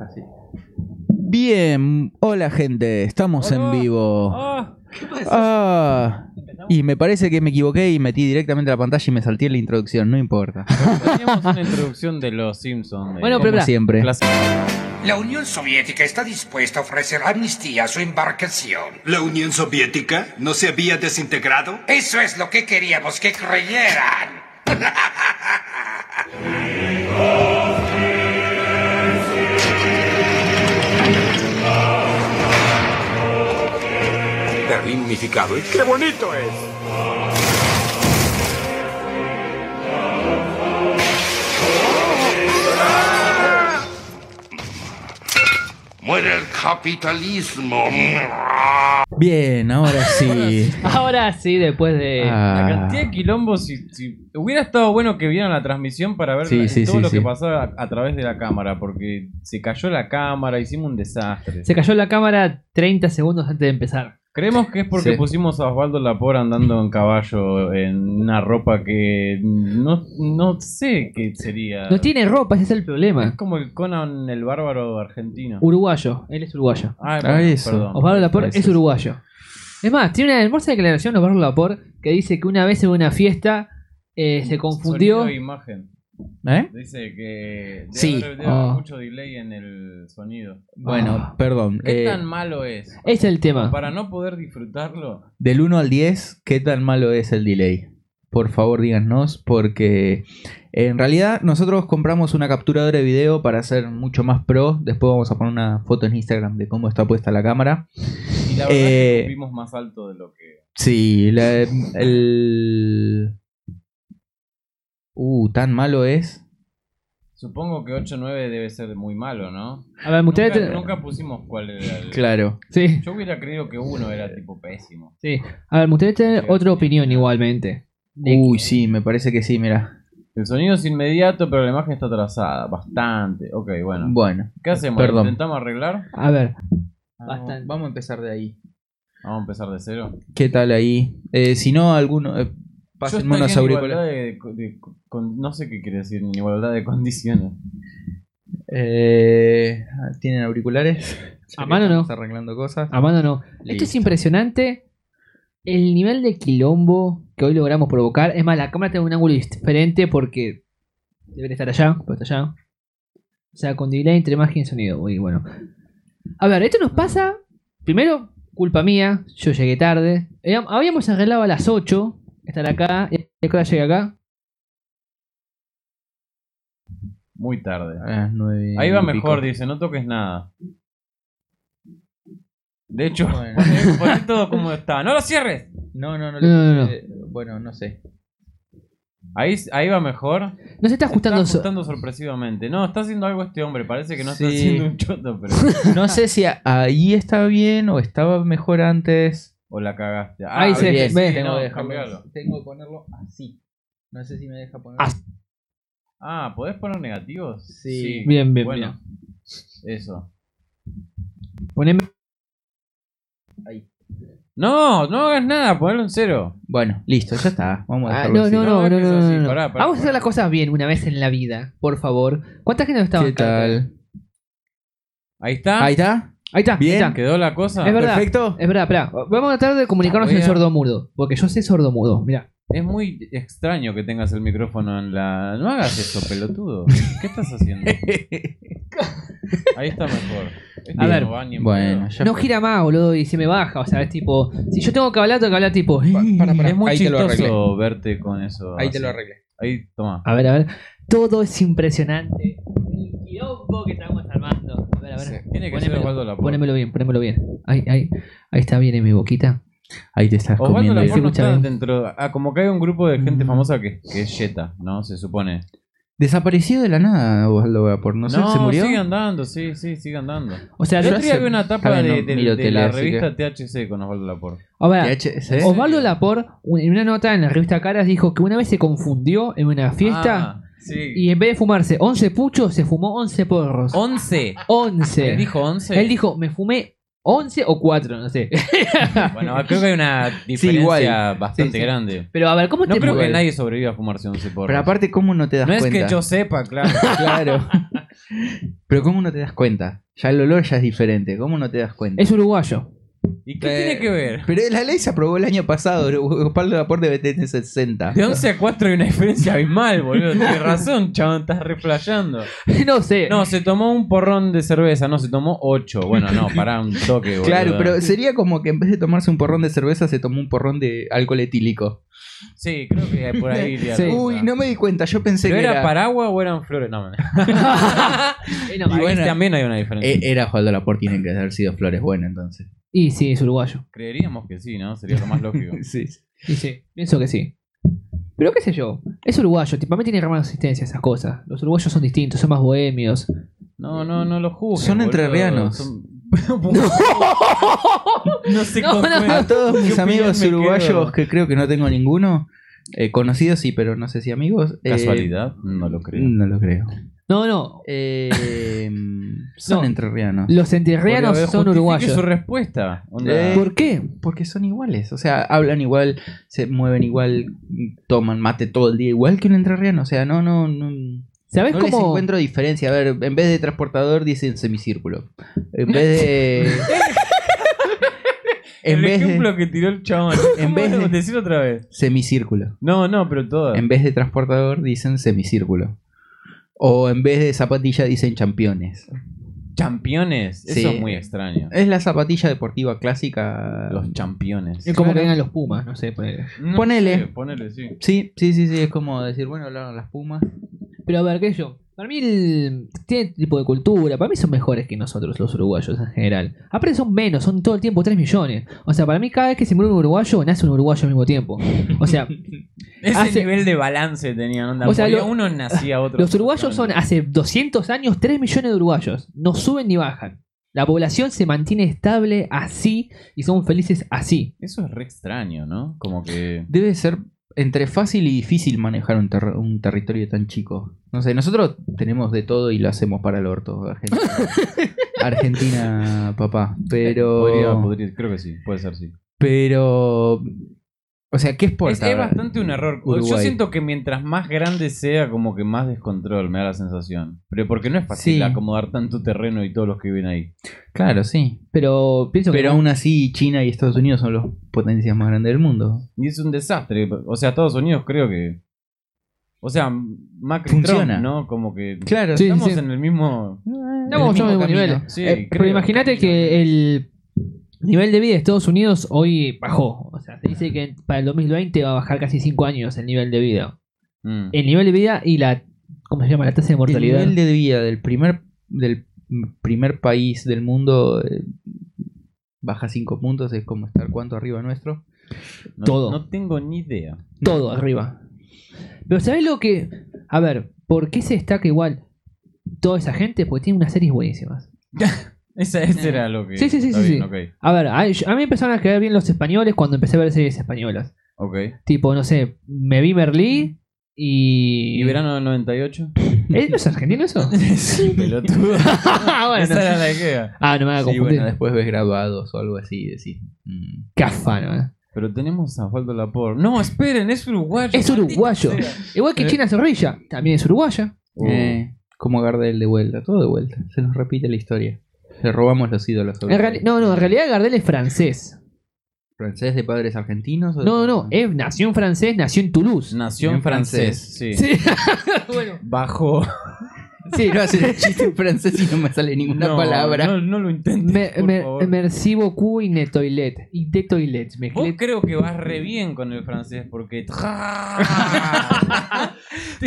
así. Bien, hola gente, estamos en vivo. Oh, Ah, y me parece que me equivoqué y metí directamente la pantalla y me salté la introducción, no importa. Teníamos una introducción de los eh. Simpsons. Bueno, Como pero- pará. siempre. La Unión Soviética está dispuesta a ofrecer amnistía a su embarcación. ¿La Unión Soviética no se había desintegrado? Eso es lo que queríamos que creyeran. Berlín unificado. ¿eh? ¡Qué bonito es! Muere el capitalismo. Bien, ahora sí. Ahora sí, Eh, después de. La Ah, cantidad de quilombos, si, si- hubiera estado bueno que vieran la transmisión para ver Sí, la- sí, todo sí, lo sí. que pasaba a, a través de la cámara, porque se cayó la cámara, hicimos un desastre. Se cayó la cámara 30 segundos antes de empezar. Creemos que es porque Sí. pusimos a Osvaldo Lapor andando en caballo en una ropa que no, no sé qué sería. No tiene ropa, ese es el es problema. como el Conan el bárbaro argentino. Uruguayo, él es uruguayo. Ay, Ah, eso. Osvaldo Ah, Lapor Eso es es. uruguayo. Es más, tiene una hermosa declaración Osvaldo Lapor que dice que una vez en una fiesta eh, se confundió. Sonido e imagen. ¿Eh? Dice que debe Sí. haber- debe haber Ah. mucho delay en el sonido. Bueno, Ah. perdón. ¿Qué eh, tan malo es? Ese es el tema. Para no poder disfrutarlo, del 1 al 10, ¿qué tan malo es el delay? Por favor, díganos, porque en realidad nosotros compramos una capturadora de video para ser mucho más pro. Después vamos a poner una foto en Instagram de cómo está puesta la cámara. y la verdad Eh, es que vimos más alto de lo que. Sí, la- el... Uh, tan malo es. Supongo que 8.9 debe ser muy malo, ¿no? A ver, Nunca, ustedes. nunca pusimos cuál era el. Claro. Sí. Yo hubiera creído que uno era tipo pésimo. Sí. A ver, me gustaría tener otra opinión igualmente. De- Uy, sí, me parece que sí, mira. El sonido es inmediato, pero la imagen está atrasada. Bastante. Ok, bueno. Bueno, ¿Qué hacemos? ¿Lo Perdón. ¿Intentamos arreglar? A ver, vamos, Bastante. vamos a empezar de ahí. Vamos a empezar de cero. ¿Qué tal ahí? Eh, si no, alguno... eh, pásenme Yo unos estaría en auriculares. igualdad de co- de co- con- no sé qué quiere decir, en igualdad de condiciones. Eh, ¿Tienen auriculares? ¿A mano no? Estamos arreglando cosas. Amando no. Esto es Listo. impresionante. El nivel de quilombo que hoy logramos provocar. Es más, la cámara tiene un ángulo diferente porque debería estar allá, pero está allá. O sea, con delay entre imagen y sonido. Uy, bueno. A ver, esto nos pasa. Primero, culpa mía. Yo llegué tarde. Habíam- Habíamos arreglado a las 8 estar acá. ¿Y a qué hora llegué acá? Muy tarde. A las Ah, nueve Ahí va y pico. mejor, dice, no toques nada. De hecho, Bueno. poné- poné todo como está. ¡No lo cierres! No, no, no. No, no, no. eh, bueno, no sé. Ahí, ahí va mejor. No se Está está ajustando. so- ajustando sorpresivamente. No, está haciendo algo este hombre. Parece que no está Sí. haciendo un choto, pero. No sé si a- ahí estaba bien o estaba mejor antes. O la cagaste. Ahí Ah, se- bien, ve. sí, tengo, no, que dejarlo- cambialo. tengo que ponerlo así. No sé si me deja ponerlo. Ah, Ah, ¿podés poner negativos? Sí. Bien, bien, Bueno, eso. Poneme. No, no hagas nada, ponelo en cero. Bueno, listo, ya está. Vamos a Ah, dejarlo no, así. no, No, no, no, es que no, es no, así, no. pará, pará, Vamos a hacer pará. las cosas bien una vez en la vida, por favor. ¿Cuánta gente nos está ¿Qué bancando? tal? Ahí está. Ah, Ahí está. Ahí está, Bien. ahí está. Quedó la cosa. Es verdad. Perfecto. Es verdad, espera. Vamos a tratar de comunicarnos Ah, en voy a- sordomudo. Porque yo sé sordomudo. Mira, Es muy extraño que tengas el micrófono en la. No hagas eso, pelotudo. ¿Qué estás haciendo? Ahí está mejor. Este A ver. no va ni en Bueno, pedo. ya no fue. gira más, boludo, y se me baja. O sea, es tipo, si yo tengo que hablar, tengo que hablar tipo. para, para. Es muy Ahí te lo chistoso verte con eso. Ahí te lo así. arreglé. Ahí, toma. A ver, a ver. Todo es impresionante. El quilombo que estamos armando. A ver, a ver. Tiene que ser Osvaldo Ponémelo, Lapor. ponémelo bien, ponémelo bien. Ahí, ahí, ahí está bien en mi boquita. Ahí te estás Osvaldo comiendo. Lapor no escucha está bien. dentro. Ah, como que hay un grupo de gente Mm. famosa que, que es Jetta, ¿no? Se supone. Desaparecido de la nada, Osvaldo Vapor. No sé, ¿se murió? sigue andando, sí, sí, sigue andando. O sea, El yo- otro día vi una tapa Está bien, de, Ah, no de- miro de tele, la así revista THC con Osvaldo Lapor. a ver, THC. Osvaldo Lapor, un- en una nota en la revista Caras, dijo que una vez se confundió en una fiesta Ah, sí. y en vez de fumarse 11 puchos, se fumó 11 porros. 11. ¿Él Ah, 11. dijo 11? Él dijo, me fumé 11 o 4, no sé. Bueno, creo que hay una diferencia igual. bastante Sí, sí. grande. Pero a ver, ¿cómo No te creo igual. que nadie sobreviva a fumarse 11 porros. Pero aparte, ¿cómo no te das no es cuenta? que yo sepa, claro. Claro. Pero ¿cómo no te das cuenta? Ya el olor ya es diferente. ¿Cómo no te das cuenta? Es uruguayo. ¿Y qué Eh, tiene que ver? Pero la ley se aprobó el año pasado. Uruguay de aporte de BTN 60. De 11 a 4 hay una diferencia abismal, boludo. Tienes razón, chabón, estás reflayando. no sé. No, se tomó un porrón de cerveza, no, se tomó 8. Bueno, no, pará, un toque, boludo. Claro, pero sería como que en vez de tomarse un porrón de cerveza, se tomó un porrón de alcohol etílico. Sí, creo que por ahí. la Sí. cosa. Uy, no me di cuenta, yo pensé ¿Pero que era, era. paraguas o eran flores? No, man. Eh, no, Ahí ahí- bueno. también hay una diferencia. Eh, era Osvaldo Laporte, tienen que haber sido Flores Bueno entonces. Y sí, es uruguayo. Creeríamos que sí, ¿no? Sería lo más lógico. Sí, sí. Y sí, pienso que sí. Pero qué sé yo, es uruguayo, tipo, a mí tiene gran asistencia esas cosas. Los uruguayos son distintos, son más bohemios. No, no, no lo juzguen. Son boludo. entrerrianos. Son- no sé No, cómo no. A todos mis amigos uruguayos, Qué que creo que no tengo ninguno, eh, conocidos sí, pero no sé si amigos. eh, mm, Casualidad, no lo creo. No lo creo. No, no, Eh, son No. entrerrianos. los Porque, a enterrianos ver, son justifique uruguayos. su respuesta. Eh, Onda, ¿Por qué? Porque son iguales, o sea, hablan igual, se mueven igual, toman mate todo el día, igual que un entrerriano. O sea, no, no, no. ¿Sabes no les cómo? encuentro diferencia. A ver, en vez de transportador dicen semicírculo. En vez de. en el vez ejemplo de. que tiró el chabón. en En vez vez de- decir otra vez. Semicírculo. No, no, pero todo. En vez de transportador dicen semicírculo. O en vez de zapatilla dicen championes. Championes. Sí. Eso es muy extraño. Es la zapatilla deportiva clásica. Los championes. Es como Claro. que vengan los Pumas, no sé. ponele. No Eh, Ponele. sé, ponele, sí. Sí, sí, sí, sí. Es como decir, bueno, hablaron las pumas. Pero a ver, qué sé yo. Para mí el- tiene este tipo de cultura, para mí son mejores que nosotros los uruguayos en general. Aparte son menos, son todo el tiempo 3 millones. O sea, para mí cada vez que se muere un uruguayo, nace un uruguayo al mismo tiempo. O sea, Ese Hace- nivel de balance tenían. Onda, O sea, moría lo- uno nacía otro. Los uruguayos son Claro. hace 200 años 3 millones de uruguayos. No suben ni bajan. La población se mantiene estable así y son felices así. Eso es re extraño, ¿no? Como que. Debe ser entre fácil y difícil manejar un, terr- un territorio tan chico. No sé, nosotros tenemos de todo y lo hacemos para el orto. Argentina, Argentina, papá. Pero. Podría, podría- creo que sí, puede ser sí. Pero. O sea, ¿qué es por Es, es bastante un error. Yo Uruguay. siento que mientras más grande sea, como que más descontrol, me da la sensación. Pero porque no es fácil Sí. acomodar tanto terreno y todos los que viven ahí. Claro, sí. Pero pienso Pero que. no. aún así, China y Estados Unidos son las potencias más grandes del mundo. Y es un desastre. O sea, Estados Unidos creo que. O sea, Macri Funciona. Trump, ¿no? Como que. Claro, Sí, estamos sí. en el mismo. Estamos del todos mismo al mismo camino. nivel. Sí, Eh, pero creo. imagínate que el nivel de vida de Estados Unidos hoy bajó. O sea, se dice que para el 2020 va a bajar casi 5 años el nivel de vida. Mm. El nivel de vida y la. ¿Cómo se llama? La tasa de El mortalidad. nivel de vida del primer, del primer país del mundo eh, baja 5 puntos. Es como estar cuánto arriba nuestro. No- todo. No tengo ni idea. Todo arriba. Pero ¿sabes lo que.? A ver, ¿por qué se destaca igual toda esa gente? Porque tiene unas series buenísimas. Esa, ese era lo que. Sí, sí, sí, está sí, bien, A ver, a, a mí empezaron a caer bien los españoles cuando empecé a ver series españolas. Ok. ok. Tipo, no sé, me vi Merlí y. ¿Y verano del 98? ¿Eh, ¿No es argentino eso? Pelotudo. ah, bueno, Esa no. era la idea. Ah, no me haga Sí, confundir. bueno, después ves graduados o algo así y decís. mm, Qué afano, eh. Pero tenemos a Osvaldo Laporte. No, esperen, es uruguayo. Es maldita uruguayo. sea. Igual que Eh. China Zorrilla, también es uruguaya. Uh. eh, como Gardel de vuelta, todo de vuelta. Se nos repite la historia. Le robamos los ídolos. a En reali- no, no, en realidad Gardel es francés. ¿Francés de padres argentinos? o de- No, no, no, es- nació en francés, nació en Toulouse. Nació en En francés. francés, sí. Sí. eh. bueno. Bajo. Sí, no hace un chiste en francés y no me sale ninguna No, palabra. No, no lo intentes, Me, por me- favor. merci beaucoup y ne toilet. Y de toilet. Vos Mezclé. creo que vas re bien con el francés porque...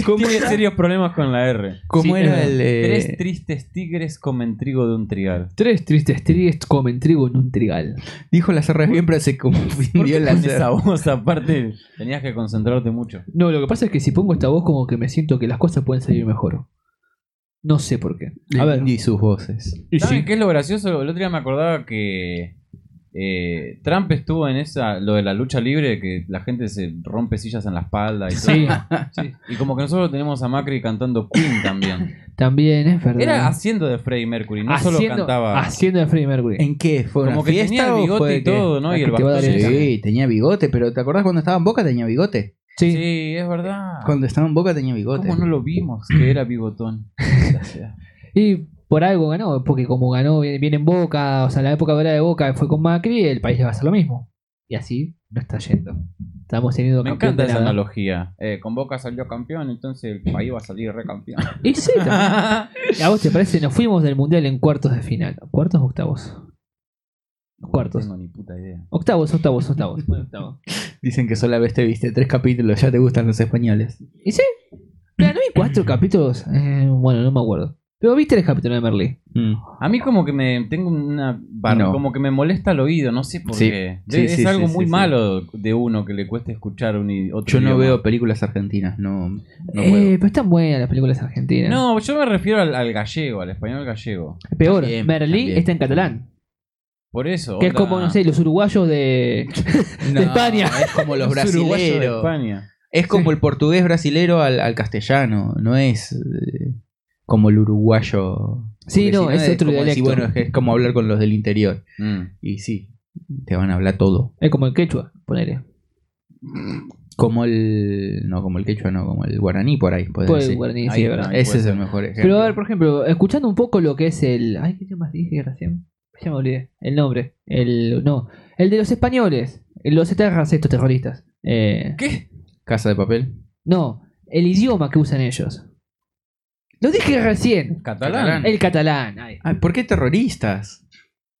¿Cómo Tiene era? serios problemas con la R. ¿Cómo Sí, era eh, el...? eh, Tres tristes tigres comen trigo de un trigal. Tres tristes tristes comen trigo en un trigal. dijo las R bien, pero se ¿Por qué confundió con las esa R. voz aparte tenías que concentrarte mucho. No, lo que pasa es que si pongo esta voz, como que me siento que las cosas pueden salir mejor. No sé por qué. A ver. Y sus voces. y ¿Saben sí. qué es lo gracioso? El otro día me acordaba que eh, Trump estuvo en esa, lo de la lucha libre, que la gente se rompe sillas en la espalda y todo. Sí, Y como que nosotros tenemos a Macri cantando Queen también. también es verdad. Era haciendo de Freddie Mercury, no solo cantaba. Haciendo de Freddie Mercury. ¿En qué? ¿Fue Como una que fiesta tenía el o fue bigote y qué? Ah, todo, ¿no? La Y que el te va a dar bastón. el- Sí, tenía bigote, pero ¿te acordás cuando estaba en Boca tenía bigote? sí. Sí, es verdad. Cuando estaba en Boca tenía bigote. ¿Cómo no lo vimos? Que era bigotón. Y por algo ganó, porque como ganó bien, bien en Boca, o sea, la época dorada de Boca fue con Macri, el país le va a hacer lo mismo. Y así no está yendo. Estamos teniendo Me campeón encanta de esa nada. analogía. Eh, con Boca salió campeón, entonces el país va a salir recampeón. Y sí, también. ¿A vos te parece? Nos fuimos del mundial en cuartos de final. ¿Cuartos o octavos? No Cuartos. tengo ni puta idea. Octavos, octavos, octavos. Bueno, octavos. Dicen que solamente viste tres capítulos, ya te gustan los españoles. ¿Y sí? Mira, ¿no hay cuatro capítulos? Eh, bueno, no me acuerdo. Pero viste el capítulo de Merlí. Mm. A mí como que me tengo una bar- No. como que me molesta el oído, no sé por Sí. qué. Sí, es sí, algo sí, muy sí, sí. malo de uno que le cueste escuchar un i- otro Yo no idioma. veo películas argentinas, no, no eh, puedo. pero están buenas las películas argentinas. No, yo me refiero al, al gallego, al español gallego. Peor, También, Merlí también, está en catalán. Por eso. Que es onda, como, no sé, los uruguayos de. No, España. Es como los es uruguayo de brasileros. España. Es como el portugués brasilero al, al castellano, no es eh, como el uruguayo. Sí, Porque no, si es otro como decir, dialecto. bueno, es, que es como hablar con los del interior. Mm. Y sí, te van a hablar todo. Es como el quechua, ponele. Como el. No, como el quechua, no, como el guaraní por ahí. podés Puede decir. guaraní, Ahí sí, es está. verdad. Ese puede es ser. el mejor ejemplo. Pero a ver, por ejemplo, escuchando un poco lo que es el. Ay, ¿qué llamas dije recién? Ya me olvidé. El nombre. El. No. El de los españoles. Los etarras, estos terroristas. Eh, ¿Qué? Casa de papel. no. El idioma que usan ellos. Lo dije recién. Catalán. El catalán. Ay. Ay, ¿Por qué terroristas?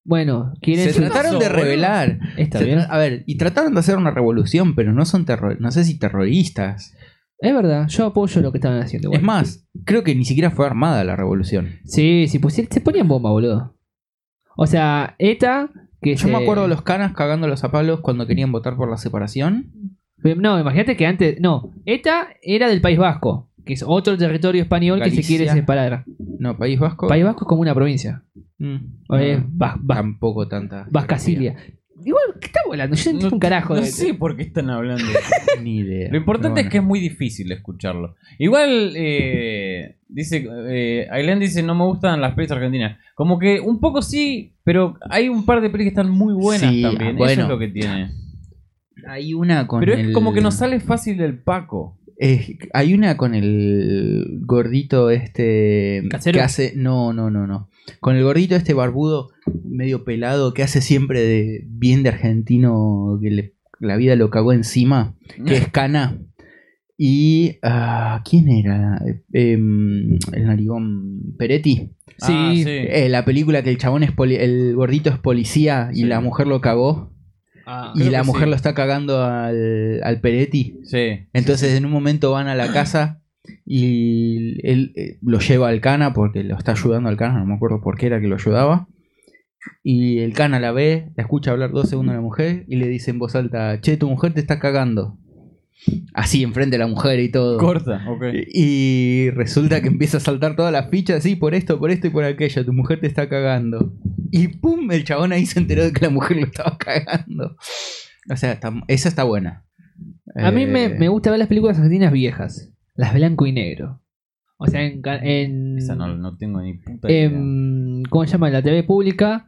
Bueno, quieren. Se su- trataron de boludo? rebelar. Está Se bien. tra- a ver, y trataron de hacer una revolución, pero no son terroristas. No sé si terroristas. Es verdad, yo apoyo lo que estaban haciendo. igual. Es más, creo que ni siquiera fue armada la revolución. Sí, sí, pues se ponían bomba, boludo. O sea, ETA. Que Yo se- me acuerdo de los canas cagándolos a palos cuando querían votar por la separación. Eh, No, imagínate que antes. No, ETA era del País Vasco, que es otro territorio español que se Galicia. quiere separar. No, País Vasco. País Vasco es como una provincia. Mm, O es no, Vas- Vas- tampoco tanta. Vascasilia. Igual, ¿qué está volando? Yo no entiendo un carajo No de este. sé por qué están hablando. geografía. Ni idea. Lo importante Pero es que es bueno. muy difícil escucharlo. Igual, eh, dice, eh, Ailén dice, no me gustan las pelis argentinas. Como que un poco sí, pero hay un par de pelis que están muy buenas Sí, también. Eso bueno. es lo que tiene. Hay una con. Pero es el- como que nos sale fácil el Paco. Eh, hay una con el gordito este. ¿Casero? Que hace. No, no, no, no. Con el gordito este barbudo, medio pelado, que hace siempre de bien de argentino, que le- la vida lo cagó encima, que es Cana. Y. ah, ¿Quién era? Eh, em, el narigón Peretti. Ah, Sí. Eh, la película que el chabón es poli- el gordito es policía y Sí. Ah, la mujer lo cagó. y creo la que mujer sí. lo está cagando al, al Peretti. Sí. Entonces en un momento van a la casa y él eh, lo lleva al cana porque lo está ayudando al cana, no me acuerdo por qué era que lo ayudaba. Y el cana la ve, la escucha hablar dos segundos a la mujer y le dice en voz alta, che, tu mujer te está cagando. Así enfrente de la mujer y todo. Corta, ok. Y resulta que empieza a saltar todas las fichas, sí, por esto, por esto y por aquello, tu mujer te está cagando. Y pum, el chabón ahí se enteró de que la mujer lo estaba cagando. O sea, está- esa está buena. A mí me, Eh, me gusta ver las películas argentinas viejas, las blanco y negro. O sea, en. ca- en Esa no, no tengo ni puta idea. em, ¿Cómo se llama? En la TV pública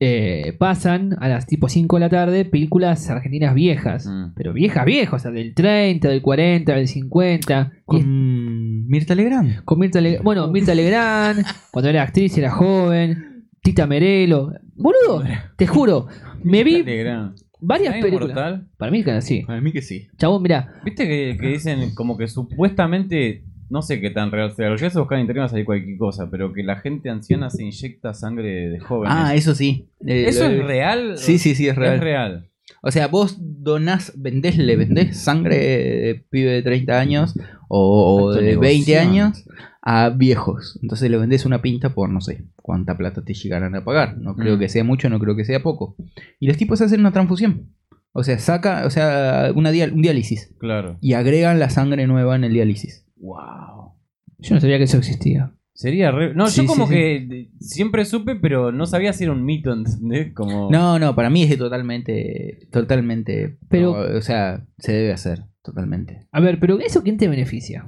eh, pasan a las tipo 5 de la tarde películas argentinas viejas. Mm. Pero viejas, viejas, o sea, del 30, del 40, del 50. y es- Con Mirta Legrand. Con Mirta Le- bueno, Mirta Legrand, cuando era actriz, era joven, Tita Merelo. Boludo, te juro, me vi Telegram. varias ¿Hay películas. Mortal? Para mí, claro, sí. Para mí que sí. Chabón, mirá, Viste que, que dicen como que supuestamente, no sé qué tan real sea, lo llegas a buscar en internet y va a salir cualquier cosa, pero que la gente anciana se inyecta sangre de jóvenes. Ah, eso sí. Eh, ¿Eso lo- es real? Sí, sí, sí, es real. Es real. O sea, vos donás, vendés, le vendés sangre de pibe de 30 años o, o Alto de 20 negocio. años a viejos. Entonces le vendés una pinta por no sé cuánta plata te llegarán a pagar. No creo Mm. que sea mucho, no creo que sea poco. Y los tipos hacen una transfusión. O sea, saca, o sea, una dial- un diálisis. Claro. Y agregan la sangre nueva en el diálisis. Wow. yo no sabía que eso existía. Sería re... No, Sí, yo como sí, sí. que de- siempre supe, pero no sabía si era un mito, ¿entendés? Como... No, no, para mí es totalmente, totalmente, Pero- no, o sea, se debe hacer, totalmente. A ver, pero ¿eso quién te beneficia?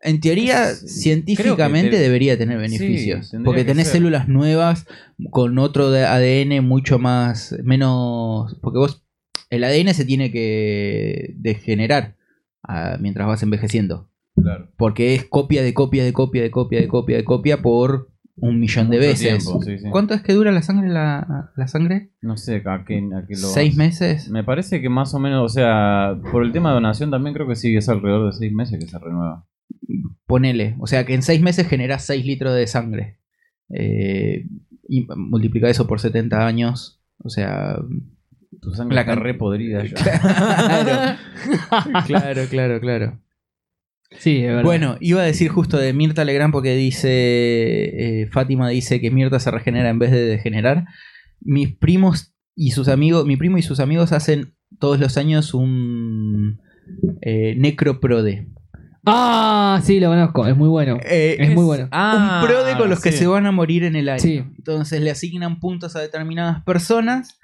En teoría, Es- científicamente creo que te- debería tener Sí, beneficios, tendría porque que tenés ser. células nuevas con otro de- ADN mucho más, menos, porque vos, el ADN se tiene que degenerar ah, mientras vas envejeciendo, Claro. porque es copia de copia de copia de copia de copia de copia por un millón de Mucho veces. tiempo, sí, sí. ¿Cuánto es que dura la sangre? La, la sangre? No sé a qué, a qué lo. ¿Seis meses? Me parece que más o menos, o sea, por el tema de donación también creo que sí es alrededor de seis meses que se renueva. Ponele. O sea que en seis meses generás seis litros de sangre. Eh, y multiplica eso por 70 años. O sea. Tu sangre La está can- re podrida ya. Claro, claro, claro. claro. Sí, es verdad. Bueno, iba a decir justo de Mirta Legrand porque dice, eh, Fátima dice que Mirta se regenera en vez de degenerar. Mis primos y sus amigos, mi primo y sus amigos hacen todos los años un eh, necroprode. Ah, sí, lo conozco. Es muy bueno. Eh, Es muy bueno. Ah, un prode con los que sí. se van a morir en el año. Sí. Entonces le asignan puntos a determinadas personas.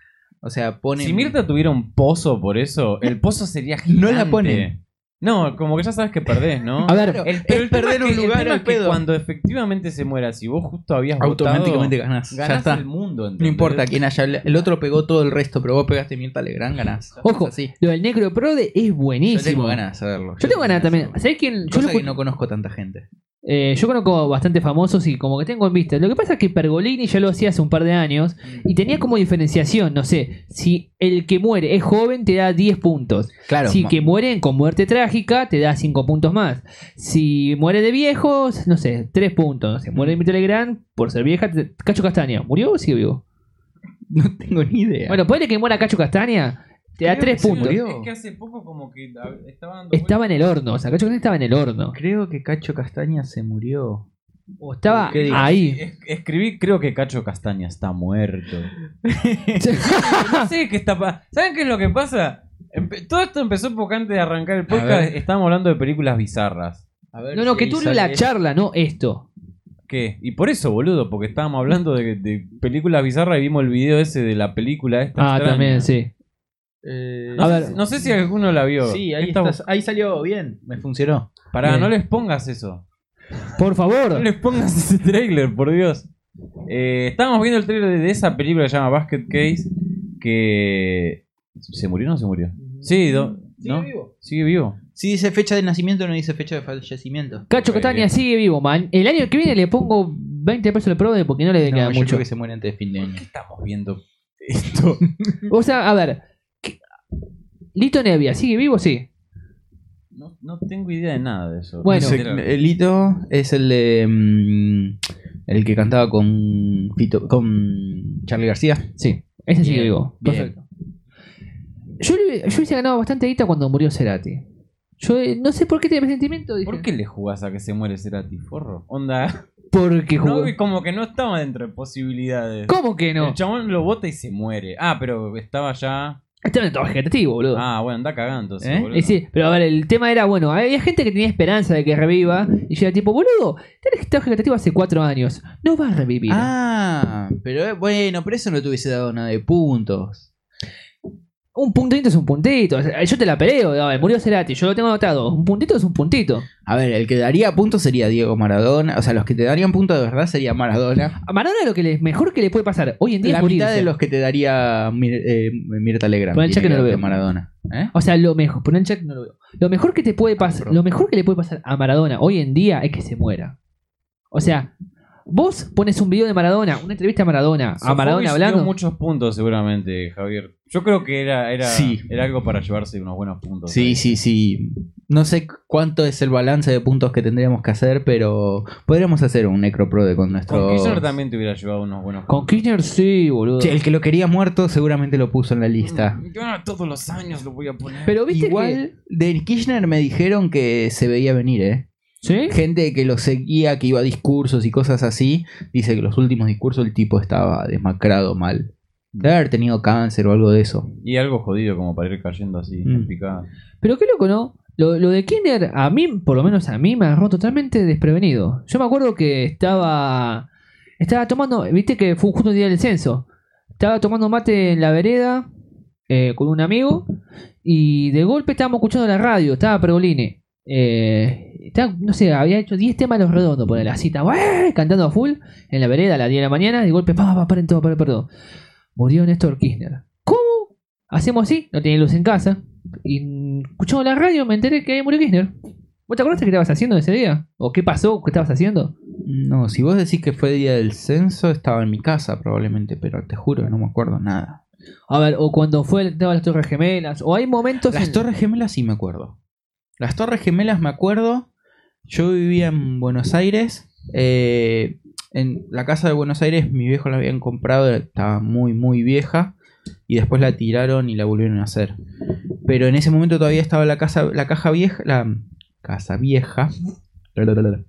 O sea, ponen... Si Mirta tuviera un pozo por eso, el pozo sería gigante. No la ponen. No, como que ya sabes que perdés, ¿no? A ver, Claro, El- es pero el tema perder es que- un el lugar tema al es que pedo. Cuando efectivamente se muera, si vos justo habías votado, Automáticamente ganás. Ya ganás está. el mundo. ¿entendés? No importa quién haya... El otro pegó todo el resto, pero vos pegaste Mirta Legrand, ganás. Ojo. Es así. lo del Necroprode es buenísimo. Yo tengo ganas de saberlo. Yo tengo ganas también. de saberlo. ¿Sabés quién? Yo, Cosa lo que escu- no conozco tanta gente. eh, yo conozco bastante famosos y como que tengo en vista. Lo que pasa es que Pergolini ya lo hacía hace un par de años y tenía como diferenciación, no sé, si el que muere es joven te da 10 puntos. Claro. si que mueren con muerte trágica te da 5 puntos más. Si muere de viejos, no sé, 3 puntos. No sé, muere de mi Telegram por ser vieja, te- Cacho Castaña. ¿Murió o sigue vivo? No tengo ni idea. Bueno, puede que muera Cacho Castaña, te da Creo que 3 se puntos. murió. puntos. Es que hace poco como que a- estaba dando Estaba en el horno, o sea, Cacho Castaña estaba en el horno. creo que Cacho Castaña se murió. O estaba ¿Qué dices? ahí. vueltas. Es- Escribí, creo que Cacho Castaña está muerto. No sé qué está pa- ¿Saben qué es lo que pasa? Empe- Todo esto empezó porque antes de arrancar el podcast ver. estábamos hablando de películas bizarras. No, no, que tú la este, charla, no esto. ¿Qué? Y por eso, boludo, porque estábamos hablando de, de películas bizarras y vimos el video ese de la película esta. Ah, extraña. también, sí. a A ver. ver. No sé si alguno la vio. eh, Sí, ahí, Esta- estás- ahí salió bien. Me funcionó. Pará, Bien. no les pongas eso. Por No favor. les pongas ese trailer, por Dios. Eh, estábamos viendo el trailer de esa película que se llama Basket Case. Que. ¿Se murió o no se murió? Sí, do- ¿no? Sigue vivo. Si dice fecha de nacimiento, no dice fecha de fallecimiento. Cacho Castaña sigue vivo, man. El año que viene le pongo 20 pesos de prode porque no le No, queda yo mucho. creo que se muere antes de fin de año. Estamos viendo esto. O sea, a ver. ¿qué- Lito Nevia, ¿sigue vivo? Sí. No, no tengo idea de nada de eso. Bueno. Dice, eh, el hito es el de. mm, el que cantaba con. Fito- con Charlie García. Sí. Ese sigue Bien, vivo. bien. Perfecto. Yo, le- yo hubiese ganado bastante guita cuando murió Cerati. Yo eh, no sé por qué tenía presentimiento. dije, ¿Por qué le jugás a que se muere Cerati, forro? Onda, Porque jugó. no, y como que no estaba dentro de posibilidades. ¿Cómo que no? El chabón lo bota y se muere. Ah, pero estaba ya. Estaba en todo vegetativo, boludo. Ah, bueno, anda cagando. entonces, ¿Eh? boludo. Y sí, pero a ver, el tema era, bueno, había gente que tenía esperanza de que reviva y yo era tipo, boludo, tenés que estar vegetativo hace cuatro años, no va a revivir. Ah, pero eh, bueno, pero eso no te hubiese dado nada de puntos. Un puntito es un puntito, o sea, yo te la peleo, a ver, murió Cerati, yo lo tengo anotado, un puntito es un puntito. A ver, el que daría puntos sería Diego Maradona. O sea, los que te darían puntos de verdad sería Maradona. A Maradona lo que le, mejor que le puede pasar hoy en día La es mitad morirse. de los que te daría Mir- eh, Mirta Legrand. Pon el tiene cheque, no lo darte veo. Maradona. ¿Eh? O sea, lo mejor, poner el chat no lo veo. Lo mejor que te Ah, puede pasar, perdón. lo mejor que le puede pasar a Maradona hoy en día es que se muera. O sea, vos pones un video de Maradona, una entrevista a Maradona, a Sofovich Maradona dio hablando. muchos puntos seguramente, Javier. Yo creo que era, era, Sí. era algo para llevarse unos buenos puntos. ¿eh? Sí, sí, sí. No sé cuánto es el balance de puntos que tendríamos que hacer, pero podríamos hacer un necroprode con nuestro. Con Kirchner también te hubiera llevado unos buenos Con Kirchner sí, boludo. Che, el que lo quería muerto seguramente lo puso en la lista. puntos. Yo todos los años lo voy a poner. Pero viste que... Igual de Kirchner me dijeron que se veía venir, ¿eh? ¿Sí? Gente que lo seguía, que iba a discursos y cosas así, dice que los últimos discursos el tipo estaba desmacrado mal. Debe haber tenido cáncer o algo de eso. Y algo jodido como para ir cayendo así, Mm. en picada. Pero qué loco, ¿no? Lo, lo de Kirchner, a mí, por lo menos a mí, me agarró totalmente desprevenido. Yo me acuerdo que estaba. Estaba tomando. Viste que fue justo el día del censo. Estaba tomando mate en la vereda eh, con un amigo. Y de golpe estábamos escuchando la radio. Estaba Pergolini. Eh, estaba- no sé, había hecho 10 temas a los redondos por la cita. ¡guau! ¡eh! Cantando a full en la vereda a las 10 de la mañana. De golpe, pa, pa, paren todo, paren, perdón. Murió Néstor Kirchner. ¿Cómo? Hacemos así, no tiene luz en casa. Y escuchando la radio me enteré que murió Kirchner. ¿Vos te acordás que estabas haciendo ese día? ¿O qué pasó? ¿Qué estabas haciendo? No, si vos decís que fue día del censo, estaba en mi casa probablemente, pero te juro que no me acuerdo nada. A ver, o cuando fue el tema de las Torres Gemelas, o hay momentos. Las en- Torres Gemelas sí me acuerdo. Las Torres Gemelas me acuerdo. Yo vivía en Buenos Aires. eh, en la casa de Buenos Aires, mi viejo la habían comprado, estaba muy, muy vieja. Y después la tiraron y la volvieron a hacer. Pero en ese momento todavía estaba la casa, la caja vieja, la casa vieja. La, la, la, la.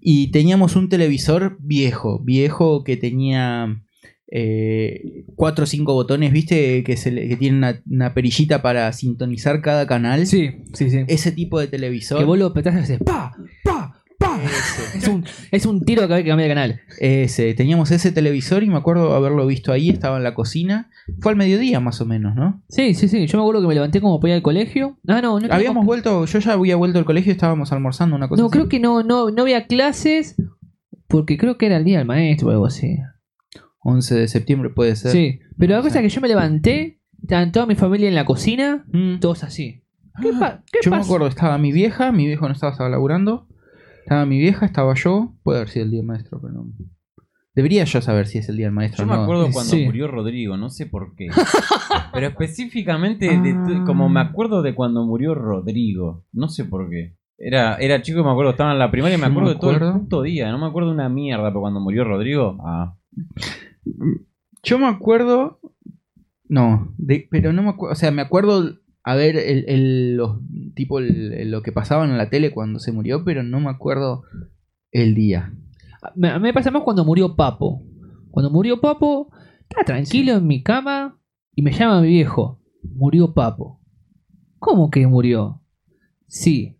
Y teníamos un televisor viejo, viejo que tenía eh, cuatro o cinco botones, ¿viste? Que, se le- que tiene una, una perillita para sintonizar cada canal. Sí, sí, sí. Ese tipo de televisor. Que vos lo petás y haces ¡pa! ¡pa! ¡pa! Es un, es un tiro que hay que cambiar de canal. Ese, teníamos ese televisor y me acuerdo haberlo visto ahí, estaba en la cocina. Fue al mediodía más o menos, ¿no? Sí, sí, sí. Yo me acuerdo que me levanté como para ir al colegio. Ah, no, no. Habíamos vuelto, yo ya había vuelto al colegio, estábamos almorzando una cosa. No, así. creo que no, no, no había clases porque creo que era el día del maestro o algo así. 11 de septiembre puede ser. Sí, pero la cosa Sí. es que yo me levanté, estaban toda mi familia en la cocina, Mm. todos así. ¿Qué, pa- qué Ah, Yo me pasó? acuerdo, estaba mi vieja, mi viejo no estaba, estaba laburando. Estaba mi vieja, estaba yo. Puede haber sido el día del maestro, pero no. Debería yo saber si es el día del maestro Yo o me no. acuerdo cuando Sí. murió Rodrigo, no sé por qué. Pero específicamente, de tu- Ah. como me acuerdo de cuando murió Rodrigo, no sé por qué. Era, era chico y me acuerdo, estaba en la primaria y me Yo me acuerdo, de todo el acuerdo. puto día. No me acuerdo una mierda, pero cuando murió Rodrigo, ah, Yo me acuerdo. No, de- pero no me acuerdo. O sea, me acuerdo a ver el, el- los, tipo el- el- lo que pasaban en la tele cuando se murió, pero no me acuerdo el día. Me, me pasa más cuando murió Papo. Cuando murió Papo, estaba tranquilo en mi cama y me llama mi viejo. Murió Papo. ¿Cómo que murió? Sí,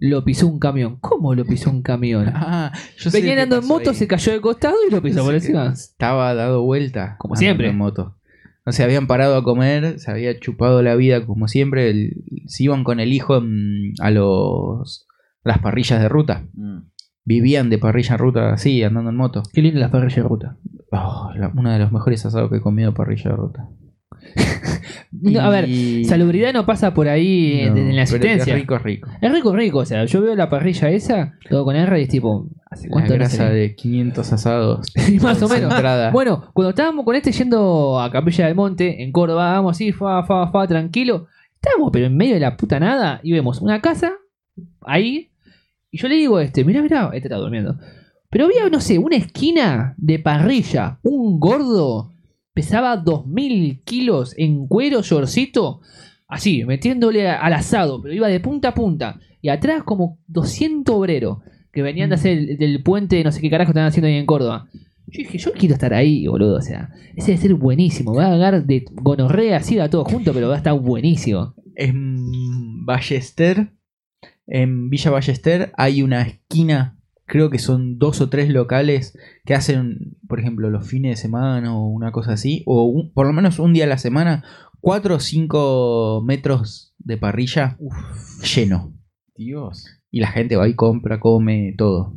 lo pisó un camión. ¿Cómo lo pisó un camión? Ah, yo sé Venía qué andando en pasó moto, ahí. se cayó de costado y lo pisó por Dice que encima. Estaba dado vuelta. Pues Como andando siempre. En moto. No se habían parado a comer, se había chupado la vida como siempre. el- se iban con el hijo mm, a los las parrillas de ruta. mm. Vivían de parrilla en ruta así, andando en moto. Qué linda las parrillas de ruta. Oh, la- uno de los mejores asados que he comido parrilla de ruta. No, a ver, Y- salubridad no pasa por ahí No, en- en pero la es asistencia. rico, es rico. Es rico, rico. O sea, yo veo la parrilla esa, todo con R y es tipo, ¿hace La cuánto no grasa se ve? de 500 asados. Y Más o menos. concentrada. Bueno, cuando estábamos con este yendo a Capilla del Monte, en Córdoba, vamos así, fa, fa, fa, tranquilo. Estábamos, pero en medio de la puta nada, y vemos una casa, ahí, y yo le digo a este, mirá, mirá, este está durmiendo. Pero había, no sé, una esquina de parrilla, un gordo, pesaba 2000 kilos en cuero, shortcito, así, metiéndole a- al asado, pero iba de punta a punta. Y atrás como 200 obreros que venían de hacer el, del puente, de no sé qué carajo están haciendo ahí en Córdoba. Yo dije, yo quiero estar ahí, boludo. O sea, ese debe ser buenísimo. Va a agarrar de gonorrea, sida, todo junto, pero va a estar buenísimo. en Ballester, en Villa Ballester, hay una esquina, creo que son dos o tres locales que hacen, por ejemplo, los fines de semana o una cosa así, o un- por lo menos un día a la semana, cuatro o cinco metros de parrilla lleno. Dios. Y la gente va y compra, come, todo.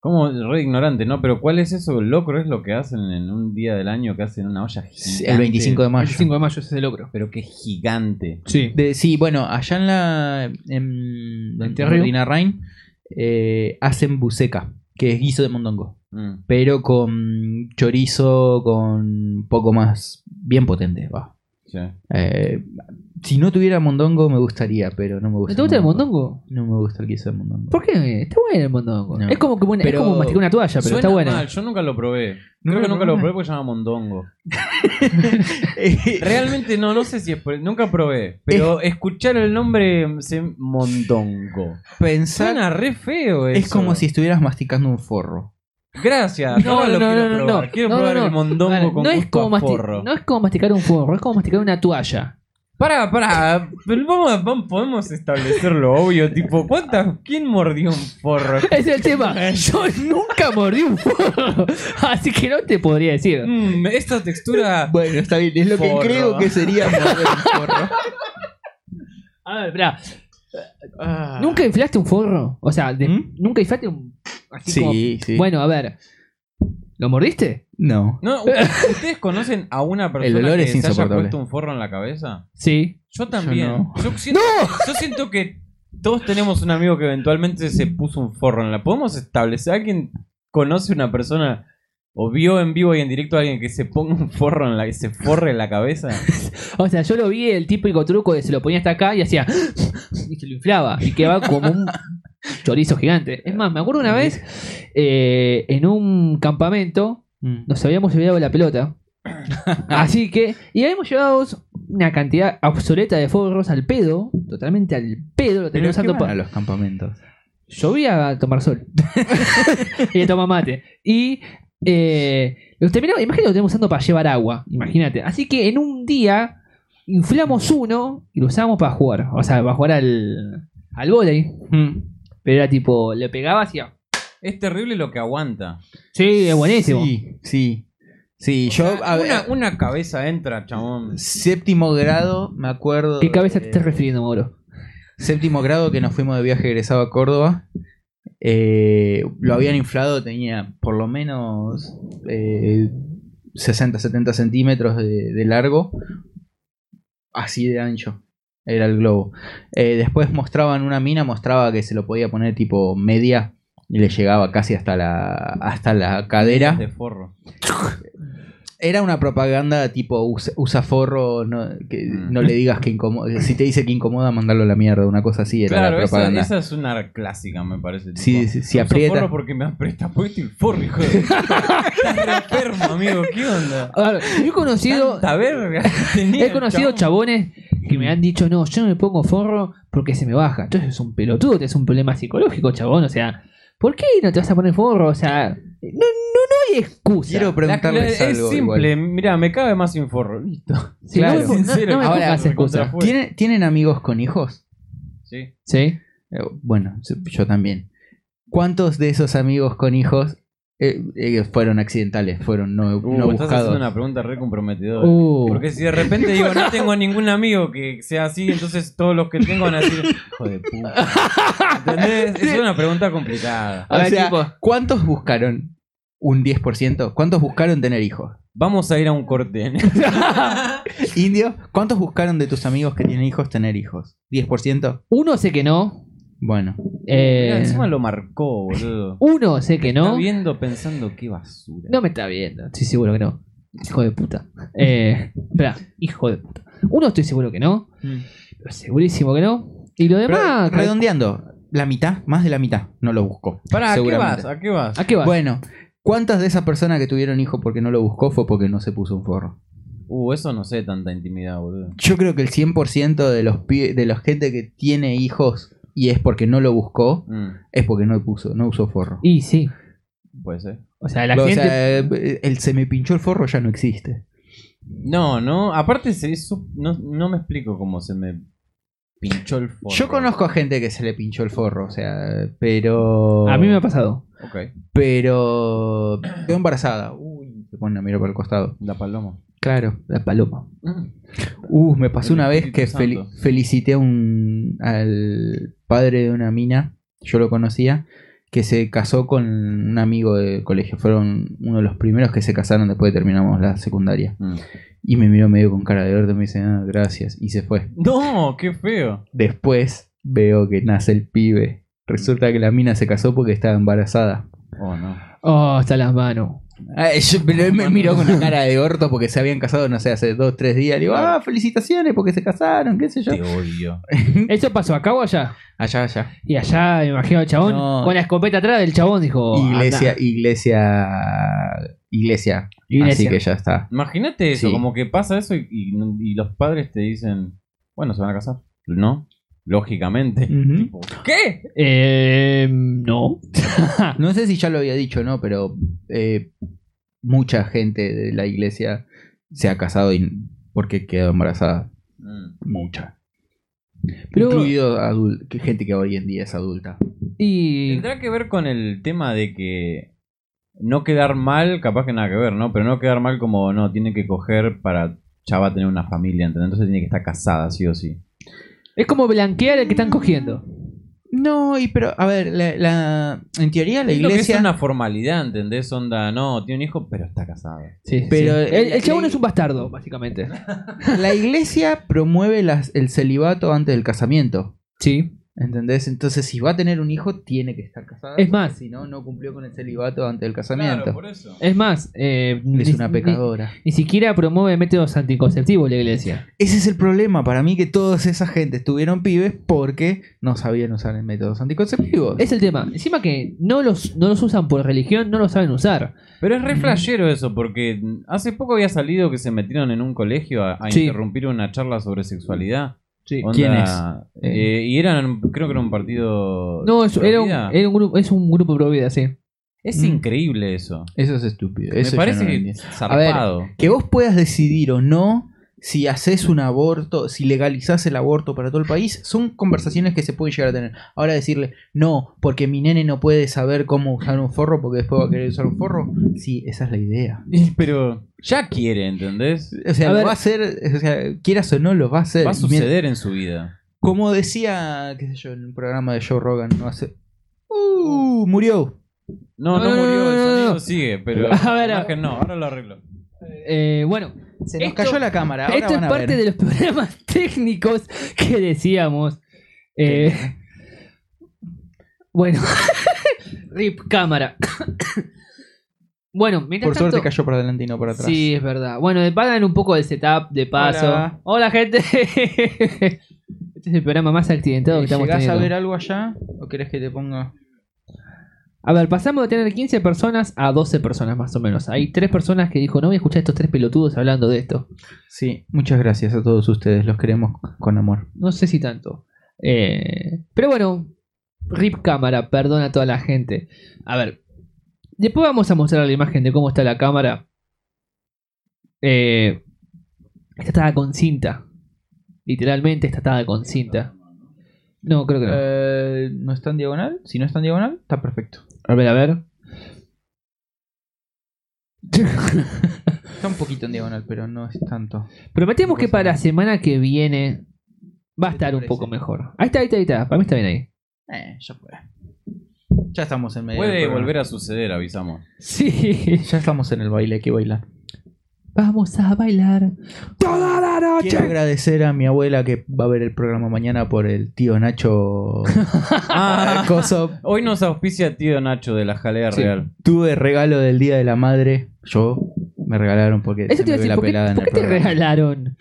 Como re ignorante, ¿no? Pero ¿cuál es eso? Locro es lo que hacen en un día del año que hacen una olla gigante. El 25 de mayo. de mayo es el logro. Pero que gigante. Sí. De- sí, bueno, allá en la. En, ¿En Terrio? Molina Rain eh, hacen buceca, que es guiso de mondongo. Mm. pero con chorizo, con poco más, bien potente, va. Sí. Eh, si no tuviera mondongo me gustaría, pero no me gusta. ¿No te gusta el mondongo? No me gusta el queso de mondongo. ¿Por qué? Está bueno el mondongo. No. Es como que bueno, Pero- es como masticar una toalla, pero Suena está bueno. mal, yo nunca lo probé. ¿Nunca Creo lo que nunca lo probaste? probé porque se llama mondongo. Realmente no, no sé si es por... Nunca probé. Pero escuchar el nombre se... Mondongo. Pensar Suena re feo eso. es como si estuvieras masticando un forro. Gracias. No, ahora lo no, no, quiero no, no, probar. no. Quiero No, no, probar el no. mondongo Ahora, con no, es gusto como a masti- forro. no es como masticar un forro, es como masticar una toalla. Pará, pará. Pero vamos, a- vamos- podemos establecer lo obvio. Tipo, ¿cuántas... ¿Quién mordió un forro? Ese Es el tema. Yo nunca mordí un forro. Así que no te podría decir. Mm, esta textura... Bueno, está bien, es lo Forro. que creo que sería morder un forro. A ver, espera. Ah. ¿Nunca inflaste un forro? O sea, de- ¿Mm? ¿nunca inflaste un. Así como- Sí, sí. Bueno, a ver. ¿Lo mordiste? no. No, u- ¿ustedes conocen a una persona El olor que es se haya insoportable. puesto un forro en la cabeza? Sí. Yo también. no. Yo, siento, yo siento que Todos tenemos un amigo que eventualmente se puso un forro en la. ¿Podemos establecer? ¿Alguien conoce una persona o vio en vivo y en directo a alguien que se ponga un forro en la que se forre en la cabeza? O sea, yo lo vi el típico truco de se lo ponía hasta acá y hacía. Y se lo inflaba. Y quedaba como un chorizo gigante. Es más, me acuerdo una vez eh, en un campamento mm. nos habíamos olvidado la pelota. Así que. Y habíamos llevado una cantidad obsoleta de forros al pedo. Totalmente al pedo. Lo Pero teníamos usando ¿qué van pa- a los campamentos. yo voy a tomar sol. y a tomar mate. Y eh, los terminamos, imagínate, lo tenemos usando para llevar agua. Imagínate. Así que en un día inflamos uno y lo usamos para jugar. O sea, para jugar al, al volei. Pero era tipo, le pegaba hacia. Es terrible lo que aguanta. Sí, es buenísimo. Sí, sí. Sí, yo. a ver, Una, una cabeza entra, chamón. Séptimo grado, me acuerdo. eh, ¿Qué cabeza te de- estás refiriendo, Mauro? Séptimo grado que nos fuimos de viaje egresado a Córdoba. eh, lo habían inflado, tenía por lo menos eh, 60, 70 centímetros de, de largo, así de ancho era el globo. Eh, después mostraban una mina, mostraba que se lo podía poner tipo media y le llegaba casi hasta la, hasta la cadera. De forro. Era una propaganda tipo usa, usa forro, no, que Mm. no le digas que incomoda. Si te dice que incomoda, mandarlo a la mierda. Una cosa así era Claro, la esa, propaganda. esa es una clásica, me parece. si, tipo, si- si "Uso aprieta. forro porque me aprieta. Ponete el forro, hijo de. Estás enfermo, amigo. ¿Qué onda? A ver, yo he conocido. Tanta verga que tenía He conocido el chabón. chabones que me han dicho, no, yo no me pongo forro porque se me baja. Entonces es un pelotudo, es un problema psicológico, chabón. O sea, ¿por qué no te vas a poner forro? O sea, no, no, no hay excusa. Quiero La- la- preguntarles es algo. simple, mira, me cabe más sin forro, listo. Sí, Claro. no me- no- Sincero, no me ahora pongas excusa. recontra- igual. ¿Tienen, tienen amigos con hijos? Sí. Sí. Eh, Bueno, se- yo también. ¿Cuántos de esos amigos con hijos eh, eh, fueron accidentales? Fueron no, Uh, no estás haciendo buscados. una pregunta re comprometedora. Uh, Porque si de repente digo, no tengo ningún amigo que sea así, entonces todos los que tengo van a decir, hijo de puta. ¿Entendés? Es una pregunta complicada. a O ver, sea, tipo, ¿cuántos buscaron? ¿Un 10%? ¿Cuántos buscaron tener hijos? Vamos a ir a un corte. Indio, ¿cuántos buscaron de tus amigos que tienen hijos tener hijos? ¿10%? uno sé que no. Bueno. eh, Mira, encima lo marcó, boludo. uno sé que Está no. viendo pensando qué basura. No me está viendo, estoy seguro que no. Hijo de puta. Eh, espera, hijo de puta. Uno estoy seguro que no. Mm. pero segurísimo que no. Y lo Pero, demás. redondeando, la mitad, más de la mitad, no lo buscó. Pará, ¿a qué Seguramente. vas? ¿A qué vas? ¿A qué vas? Bueno, ¿cuántas de esas personas que tuvieron hijo porque no lo buscó fue porque no se puso un forro? Uh, eso no sé tanta intimidad, boludo. Yo creo que el 100% de los pi- de la gente que tiene hijos y es porque no lo buscó, Mm, es porque no puso, no usó forro. Y sí. puede ser. O sea, la o gente. sea, eh, el se me pinchó el forro ya no existe. No, no, aparte se, su- no, no me explico cómo se me pinchó el forro. Yo conozco a gente que se le pinchó el forro, o sea, pero... A mí me ha pasado. Ok, Pero quedó embarazada. Uy, se pone a mirar por el costado. la paloma. Claro, la paloma. Uh, me pasó El una vez Espíritu que fel- Santo. felicité a un, al padre de una mina, yo lo conocía, que se casó con un amigo de colegio. Fueron uno de los primeros que se casaron después de terminamos la secundaria. Mm. Y me miró medio con cara de verde, me dice, ah, gracias. Y se fue. No, qué feo. Después veo que nace el pibe. Resulta que la mina se casó porque estaba embarazada. Oh, no. Oh, hasta las manos. Ay, yo- pero él me miró con la cara de orto porque se habían casado, no sé, hace dos, tres días. Le digo, ah, felicitaciones porque se casaron, qué sé yo. Te odio. ¿Mm? ¿Eso pasó acá o allá? Allá, allá. Y allá, me imagino, el chabón. No. Con la escopeta atrás del chabón dijo. iglesia, "Andá". iglesia, iglesia, Así Iglesia. que ya está. Imagínate eso, Sí. como que pasa eso y, y- y los padres te dicen, bueno, se van a casar. No, lógicamente. Ujú. Tipo, ¿Qué? Eh, no. No sé si ya lo había dicho, ¿no? Pero eh, mucha gente de la iglesia se ha casado y porque quedó embarazada. Mm. Mucha. Pero- Incluido adul- que gente que hoy en día es adulta. Y. Tendrá que ver con el tema de que no quedar mal, capaz que nada que ver, ¿no? Pero no quedar mal como, no, tiene que coger para ya va a tener una familia, ¿entendés? Entonces tiene que estar casada, sí o sí. Es como blanquear al que están cogiendo. No, y pero, a ver, la, la- en teoría la Es lo que iglesia... es una formalidad, ¿entendés? Onda, no, tiene un hijo, pero está casado. Sí. Pero sí. El, la- el chabón la- es un bastardo, básicamente. La iglesia promueve las- el celibato antes del casamiento. Sí. ¿Entendés? Entonces, si va a tener un hijo, tiene que estar casada. Es más- si no, no cumplió con el celibato ante el casamiento. Claro, por eso. Es más, eh, es ni- una pecadora. Ni, ni siquiera promueve métodos anticonceptivos la iglesia. Ese es el problema para mí que todas esas gentes tuvieron pibes porque no sabían usar el método anticonceptivo. Es el tema. Encima que no los, no los usan por religión, no los saben usar. Pero es re flashero eso, porque hace poco había salido que se metieron en un colegio a, a Sí. interrumpir una charla sobre sexualidad. Onda, ¿Quién es? eh, y eran, creo que era un partido. No, es, pro era un, vida. era un grupo, es un grupo pro vida, sí. Es Mm. increíble eso. Eso es estúpido. Me eso yo parece no lo que entiendo. zarpado. Que vos puedas decidir o no si haces un aborto, si legalizás el aborto para todo el país, son conversaciones que se pueden llegar a tener. Ahora decirle, no, porque mi nene no puede saber cómo usar un forro porque después va a querer usar un forro. Sí, esa es la idea. Y- Pero ya quiere, ¿entendés? O sea, A lo ver. va a hacer, o sea, quieras o no, lo va a hacer. Va a Y mien- suceder en su vida. Como decía, qué sé yo, en un programa de Joe Rogan, no hace... ¡Uh! Murió. No, no, No, no, murió, no, el no, no. sonido sigue, pero A ver, la a- imagen no, ahora lo arreglo. Eh, bueno, Se nos Esto- cayó la cámara. Ah, Ahora esto es van a parte ver. de los problemas técnicos que decíamos. Eh, bueno, rip cámara. bueno, mientras Por tanto, suerte cayó para adelante y no para atrás. Sí, es verdad. Bueno, de- pagan un poco del setup de paso. Hola. Hola, gente. este es el programa más accidentado que estamos Eh, ¿Llegás teniendo. a ver algo allá o querés que te ponga...? A ver, pasamos de tener 15 personas a 12 personas más o menos. Hay tres personas que dijo, no voy a escuchar a estos tres pelotudos hablando de esto. Sí, muchas gracias a todos ustedes, los queremos con amor. No sé si tanto. Eh, pero bueno, rip cámara, perdona a toda la gente. A ver, después vamos a mostrar la imagen de cómo está la cámara. Eh, esta estaba con cinta. Literalmente esta estaba con cinta. No, creo que no. Eh, ¿No está en diagonal? Si no está en diagonal, está perfecto. A ver, a ver. Está un poquito en diagonal, pero no es tanto. Prometemos que Cosa. para la semana que viene va a ¿Qué te estar un Este parece? poco mejor. Ahí está, ahí está, ahí está. Para mí está bien ahí. Eh, ya fue. Ya estamos en medio. Puede volver a suceder, avisamos. Sí. Ya estamos en el baile, hay que bailar. Vamos a bailar toda la noche. Quiero agradecer a mi abuela que va a ver el programa mañana por el tío Nacho Ah, Coso. hoy nos auspicia tío Nacho de la jalea Sí. real. Tuve regalo del Día de la Madre. Yo me regalaron porque Eso se te me iba a ve decir, la ¿por qué, pelada en por el qué te programa. regalaron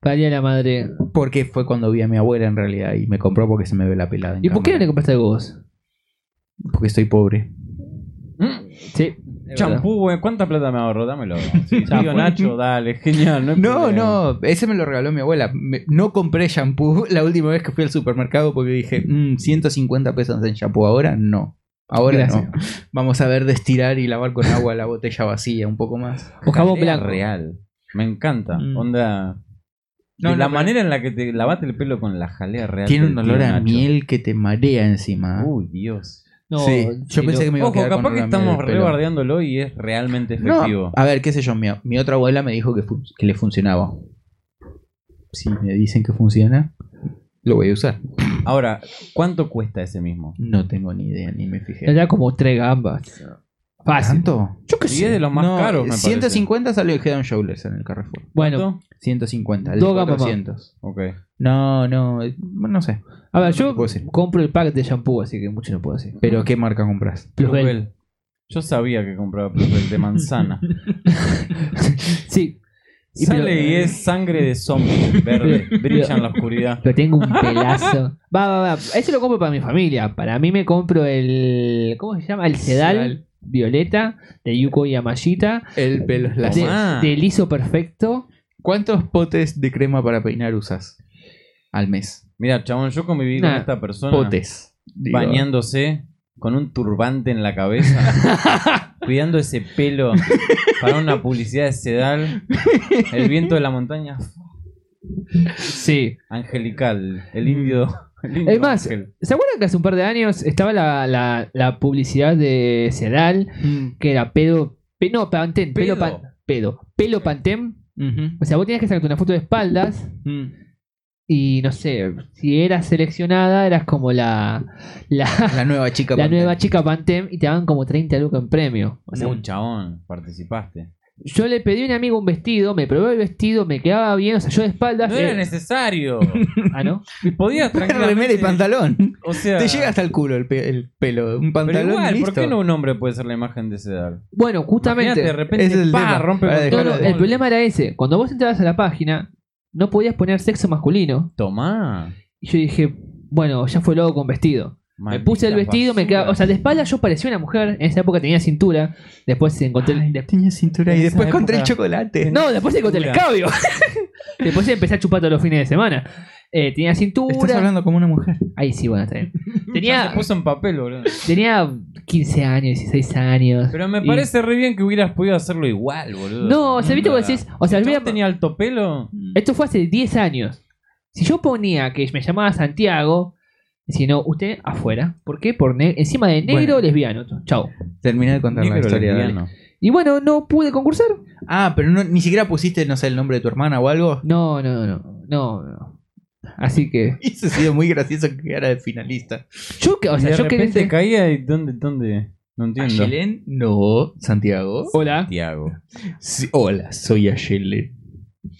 para el Día de la Madre? Porque fue cuando vi a mi abuela en realidad y me compró porque se me ve la pelada. en ¿Y por qué no cámara. le compraste algo vos? Porque estoy pobre. Mm, Sí. Champú, güey, ¿cuánta plata me ahorro? Dámelo. Sí, Ya tío fue. Nacho, dale, genial. No, hay No, problema. no, ese me lo regaló mi abuela. Me- no compré shampoo la última vez que fui al supermercado porque dije, "Mm, 150 pesos en shampoo. Ahora no. Ahora Gracias. no. Vamos a ver de estirar y lavar con agua la botella vacía un poco más. O jabón Jalea blanco. real. Me encanta. Mm. Onda. No, no, de la pero- manera en la que te lavaste el pelo con la jalea real. Tiene del un olor tío a Nacho. miel que te marea encima. ¿eh? Uy, Dios. No, sí, yo sí, pensé no. que me iba a Ojo, quedar con capaz olor que a miel estamos del pelo. rebardeándolo y es realmente No, efectivo. a ver, qué sé yo, mi, mi otra abuela me dijo que, fu- que le funcionaba. Si me dicen que funciona, lo voy a usar. Ahora, ¿cuánto cuesta ese mismo? No tengo ni idea, ni me fijé. Era como tres gambas. Fácil. ¿Tanto? Ah, Yo qué Y es de los más No, caros, me parece. 150 salió el Head and Shoulders en el Carrefour. Bueno, ¿Cuánto? 150, el Dos 400. Ok. No, no, eh, no sé. a ver, no te Ah, yo puedo decir. compro el pack de shampoo, así que mucho no puedo decir. Pero ¿qué marca compras? Plusbel. Plusbel. Yo sabía que compraba Plusbel de manzana. Sí. Y Sale pero- eh, y es sangre de zombie verde. Brilla en la oscuridad. Pero tengo un pelazo. Va, va, va. Eso lo compro para mi familia. Para mí me compro el. ¿Cómo se llama? El Sedal Sedal. Violeta de Yuko y Amashita. El pelo es De, lacio. Tomá. de liso perfecto. ¿Cuántos potes de crema para peinar usas al mes? Mira, chabón, yo conviví con Nah, esta persona Potes. digo. bañándose con un turbante en la cabeza, cuidando ese pelo para una publicidad de sedal. El viento de la montaña Sí. angelical. El indio. El indio Es más, ángel. ¿se acuerdan que hace un par de años estaba la, la- la publicidad de Sedal Mm, que era pedo. pe- no, Pantén. Pelo, Pedo. pan- pedo. Pelo Pantén. ujú, O sea, vos tenías que sacarte una foto de espaldas. mm. Y no sé, si eras seleccionada, eras como la. La, La nueva chica. la Pantene. Mm. nueva chica Pantene y te daban como 30 lucas en premio. O sea, un chabón, participaste. Yo le pedí a un amigo un vestido, me probé el vestido, me quedaba bien, o sea, yo de Ah, espaldas. No eh, era necesario. ah, ¿no? Podías Remera y tranquilamente. pantalón. O sea, Te llega hasta el culo el, pe- el pelo. Un Pero pantalón. igual, listo. ¿por qué no un hombre puede ser la imagen de ese edad? Imagínate, Bueno, de justamente. repente, Ese es el pa, tema. rompe Para con no, dejarlo no, de- el problema era ese. Cuando vos entrabas a la página, no podías poner sexo masculino. Tomá. Y yo dije, bueno, ya fue luego con vestido. me puse el vestido, me quedaba. O sea, de espalda yo parecía una mujer. En esa época tenía cintura. Después encontré. el- de- Tenía cintura y Esa después época. encontré el chocolate. no, después encontré el Cintura. escabio. después empecé a chupar todos los fines de semana. Eh, tenía Estás cintura. hablando como una mujer. Ahí sí, bueno, está bien. tenía... Tenía, puso en papel, boludo. tenía 15 años, 16 años. Pero me Y- parece re bien que hubieras podido hacerlo igual, boludo. No, o sea, viste vos Nada. decís, o sea, Si hubiera- yo tenía alto pelo. Mm. Esto fue hace 10 años. Si yo ponía que me llamaba Santiago, decía, no, usted afuera. ¿Por qué? Por ne- encima de negro Bueno. lesbiano. Chao. Terminé de contar la negro historia. dale. lesbiano. Y bueno, no pude concursar. Ah, pero no- ni siquiera pusiste, no sé, el nombre de tu hermana o algo. No, no, no, no, no. Así que. Eso ha sido muy gracioso que quedara de finalista. Yo que, este o Y sea, de yo repente que. caía y ¿dónde, dónde? No entiendo. ¿Ayelen? No. ¿Santiago? Hola. Santiago. Sí, hola, soy Ayelen.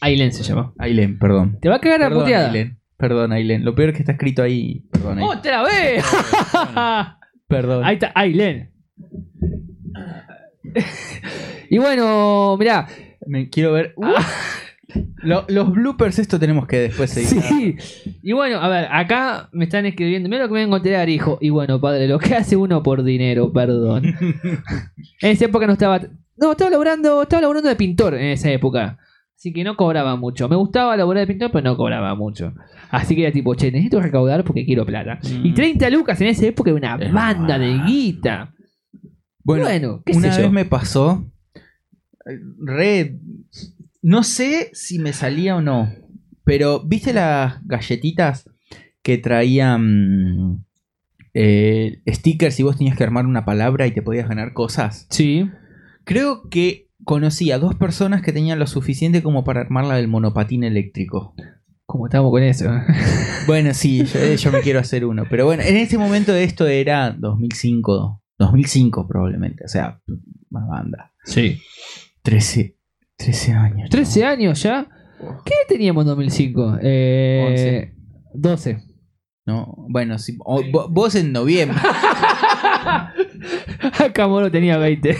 Ailen se llama. Ayelen, perdón. Te va a cagar la Perdón, puteada. Oh, Ayelen. Perdón, Aylen. Lo peor es que está escrito ahí. Perdón, Aylen. ¡Otra vez! Perdón. Ahí está, Ailen. y bueno, mirá. Me quiero ver. Ah. Lo- los bloopers, esto tenemos que después seguir. Sí. Y bueno, a ver, acá me están escribiendo. Mira lo que me voy a encontrar, hijo. Y bueno, padre, lo que hace uno por dinero, perdón. en esa época no estaba. No, estaba laburando, estaba laburando de pintor en esa época. Así que no cobraba mucho. Me gustaba laburar de pintor, pero no cobraba mucho. Así que era tipo, che, necesito recaudar porque quiero plata. Mm. Y 30 lucas en esa época era una Es banda normal. de guita. Bueno, qué una sé yo. vez me pasó. eh, Re. No sé si me salía o no. Pero, ¿viste las galletitas que traían eh, stickers y vos tenías que armar una palabra y te podías ganar cosas? Sí. Creo que conocí a dos personas que tenían lo suficiente como para armarla del monopatín eléctrico. ¿Cómo estábamos con eso? Bueno, sí, yo, eh, yo me quiero hacer uno. Pero bueno, en ese momento esto era 2005. 2005 probablemente. O sea, más banda. Sí. 13. 13 años. 13 años ya. ¿Qué teníamos en 2005? Eh, 12. No, bueno, si, o- vo- vos en noviembre. Acá Moro tenía 20.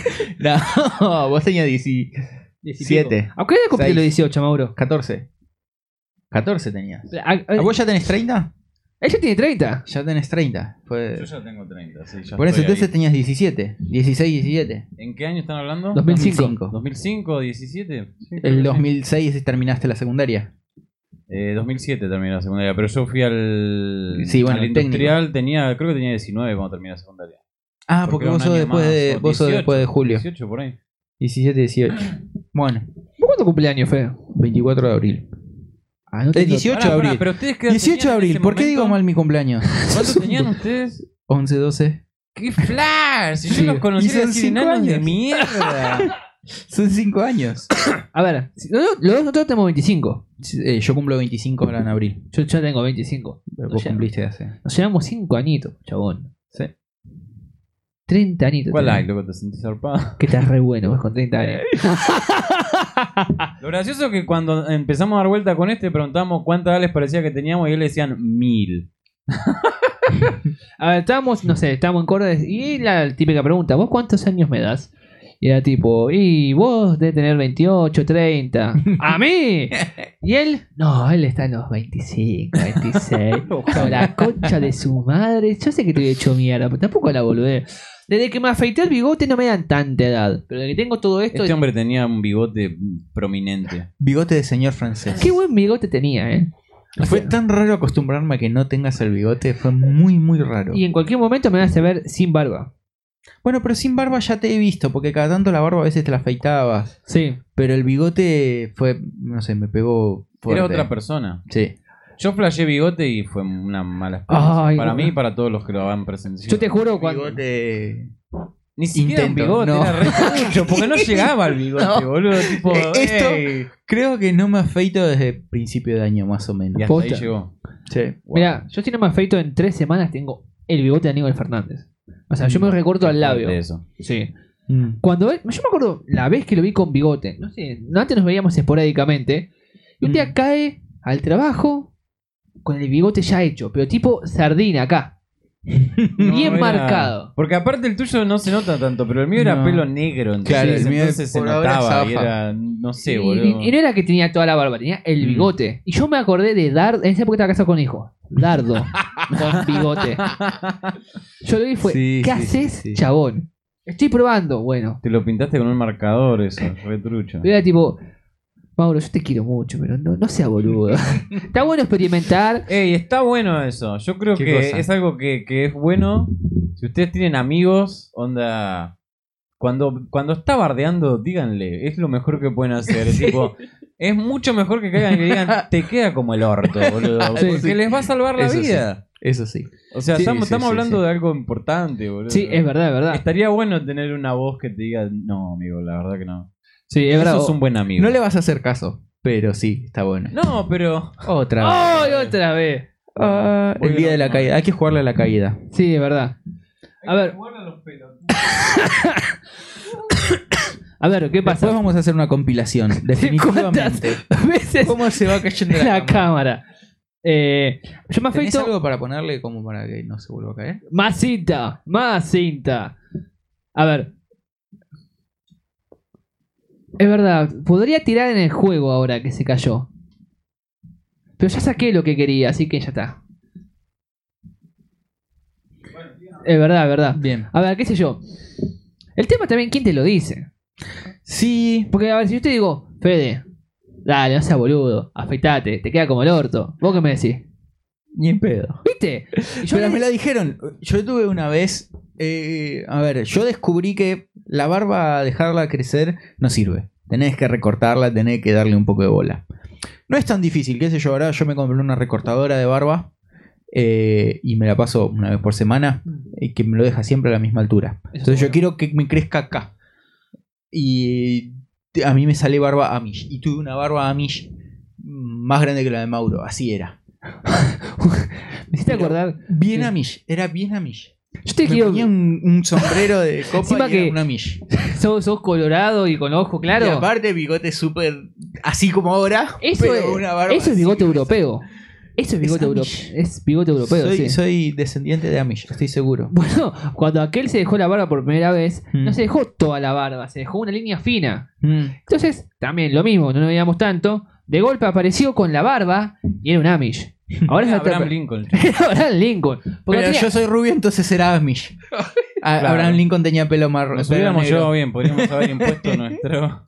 No, vos tenías 17. Siete. ¿A qué edad cumplí Seis. los 18, Mauro? 14. 14 tenías. A- a- ¿A ¿Vos ya tenés 30? ella tiene 30. Ya tenés 30. Fue- Yo ya tengo 30, sí, ya Por eso estoy ahí. entonces tenías 17. 16, 17. ¿En qué año están hablando? 2005. 2005, 17. Sí, creo que El sí. 2006 terminaste la secundaria. Eh, 2007 terminé la secundaria, pero yo fui al, Sí, bueno, al industrial, tenía, creo que tenía 19 cuando terminé la secundaria. Ah, porque, era vos, un sos año después, más, de, o vos sos 18, después de julio. 18 por ahí. 17, 18. Bueno, ¿Vos cuándo cumpleaños fue? 24 de abril. Ah, no Eh, tengo- 18 Pará, de pará, abril. pero ustedes qué edad 18 de tenían en abril. ese ¿Por qué digo mal momento? mi cumpleaños? ¿Cuánto tenían ustedes? 11, 12. ¡Qué flash! Si yo Sí, los conocí y son era decir cinco enanos de años. mierda. Son 5 años. A ver, si- no, no, los dos nosotros tenemos 25. Eh, yo cumplo 25 ahora en abril. Yo ya tengo 25. Pero No vos llega. cumpliste hace. Nos llevamos 5 añitos, chabón. Sí. 30 añitos. ¿Cuál tenés. hay, loco? ¿Te sentís zarpado? Que estás re bueno, vos, con 30 años. Lo gracioso es que cuando empezamos a dar vuelta con este, preguntamos cuántas edad les parecía que teníamos y ellos le decían mil. A ver, estábamos, no sé, estábamos en Córdoba y la típica pregunta, ¿vos cuántos años me das? Y era tipo, y vos de tener 28, 30. ¡A mí! Y él, no, él está en los 25, 26. Con la concha de su madre. Yo sé que te he hecho mierda, pero tampoco la boludé. Desde que me afeité el bigote no me dan tanta edad. Pero desde que tengo todo esto. Este hombre tenía un bigote prominente. Bigote de señor francés. Qué buen bigote tenía, ¿eh? O Fue sea, tan raro acostumbrarme a que no tengas el bigote. Fue muy, muy raro. y en cualquier momento me van a hacer ver sin barba. Bueno, pero sin barba ya te he visto, porque cada tanto la barba a veces te la afeitabas. Sí. Pero el bigote fue, no sé, me pegó fuerte. Era otra persona. Sí. Yo flashé bigote y fue una mala experiencia. Ay, para bueno. mí y para todos los que lo han presenciado. Yo te juro cuando. Bigote... Ni siquiera Intento, un bigote, no. era re mucho, porque no llegaba al bigote, No. boludo. Tipo, Eh, esto- "Ey". Creo que no me afeito desde principio de año, más o menos. Y hasta Posta. ahí llegó. Sí. Mira, yo si no me afeito en tres semanas tengo el bigote de Aníbal Fernández. O sea, yo me recorto al labio. De eso. Sí. Mm. Cuando él- yo me acuerdo la vez que lo vi con bigote, no sé, no antes nos veíamos esporádicamente, y un día Mm. cae al trabajo con el bigote ya hecho, pero tipo sardina acá. Bien era- marcado. Porque aparte el tuyo no se nota tanto, pero el mío era No. pelo negro. Entonces, Claro, el mío entonces se por ahora notaba y zafa. era. No Y- sé, boludo. y, y no era que tenía toda la barba, tenía el Mm. bigote. Y yo me acordé de Dardo, en esa época estaba casado con hijo, Dardo, con bigote. Yo lo vi y fue, Sí, ¿qué sí, haces, sí, sí. chabón? Estoy probando, bueno. Te lo pintaste con un marcador, eso, retrucho. Yo era tipo, Mauro, yo te quiero mucho, pero no, no sea boludo. Está bueno experimentar, Ey, está bueno eso. Yo creo ¿Qué que cosa? es algo que, que es bueno. Si ustedes tienen amigos, onda. Cuando, cuando está bardeando, díganle. Es lo mejor que pueden hacer. Tipo, es mucho mejor que caigan y le digan, te queda como el orto, boludo. Sí, Porque sí. les va a salvar la Eso sí. vida. Eso sí. O sea, Sí, estamos, sí, estamos sí, hablando sí. de algo importante, boludo. Sí, es verdad, es verdad. Estaría bueno tener una voz que te diga, no, amigo, la verdad que no. Sí, es Eso verdad. es un buen amigo. No le vas a hacer caso, pero sí, está bueno. No, pero. Otra vez. ¡Ay, otra vez! Ah, Voy el día de la grabando. caída. Hay que jugarle a la caída. Sí, es verdad. A ver. A ver, ¿qué Después pasó? vamos a hacer una compilación. Definitivamente. veces ¿Cómo se va cayendo la, cámara? la cámara? Eh, yo me ¿Tenés afecto. algo para ponerle como para que no se vuelva a caer? Más cinta, más cinta. A ver. Es verdad, podría tirar en el juego ahora que se cayó. Pero ya saqué lo que quería, así que ya está. Es verdad, es verdad. Bien. A ver, qué sé yo. El tema también, ¿quién te lo dice? Sí. Porque, a ver, si yo te digo, Fede, dale, no seas boludo, afeitate, te queda como el orto. ¿Vos qué me decís? Ni en pedo. ¿Viste? Y yo Pero le- me lo dijeron. Yo tuve una vez. eh, a ver, yo descubrí que la barba, dejarla crecer, no sirve. Tenés que recortarla, tenés que darle un poco de bola. No es tan difícil, qué sé yo. Ahora yo me compré una recortadora de barba eh, y me la paso una vez por semana y que me lo deja siempre a la misma altura. Entonces yo quiero que me crezca acá. Y te- a mí me sale barba Amish. Y tuve una barba Amish mm, más grande que la de Mauro. Así era. Me hiciste Pero- acordar. Bien Sí. Amish. Era bien Amish. Yo te Me quiero. ponía un, un sombrero de copa Encima y era que- un Amish. Sos, sos colorado y con ojo claro. Y aparte bigote súper así como ahora. eso, pero es, una barba eso es así. bigote europeo. Eso es bigote Es europeo. Amish. Es bigote europeo, soy, sí. soy descendiente de Amish, estoy seguro. Bueno, cuando aquel se dejó la barba por primera vez, Mm. no se dejó toda la barba, se dejó una línea fina. Mm. Entonces, también lo mismo, no nos veíamos tanto. De golpe apareció con la barba y era un Amish. Hmm. Ahora es Era Abraham Abraham Lincoln. Abraham Lincoln. Porque Pero tenía- yo soy rubio, entonces era Amish. A- Claro. Abraham Lincoln tenía pelo marrón. Nos pelo hubiéramos negro. llevado bien, podríamos haber impuesto nuestro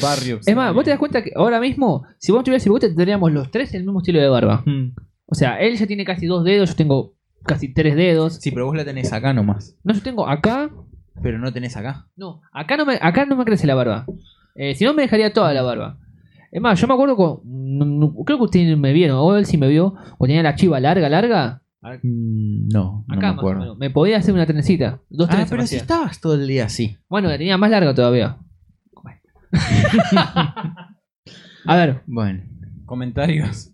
barrio. Es más, vos te das cuenta que ahora mismo, si vos tuvieras el bigote, tendríamos los tres el mismo estilo de barba. Mm. O sea, él ya tiene casi dos dedos, yo tengo casi tres dedos. Sí, pero vos la tenés acá nomás. No, yo tengo acá, Pero no tenés acá. No, acá no me, acá no me crece la barba. Eh, si no, me dejaría toda la barba. Es más, yo me acuerdo con. no- no- creo que ustedes me vieron, o él sí me vio, o tenía la chiva larga, larga. Mm, No, no Acá me más o acuerdo. menos. Me podía hacer una trencita. Dos Ah, trenzas me pero si hacía. estabas todo el día así. Bueno, la tenía más larga todavía. A ver, Bueno. Comentarios.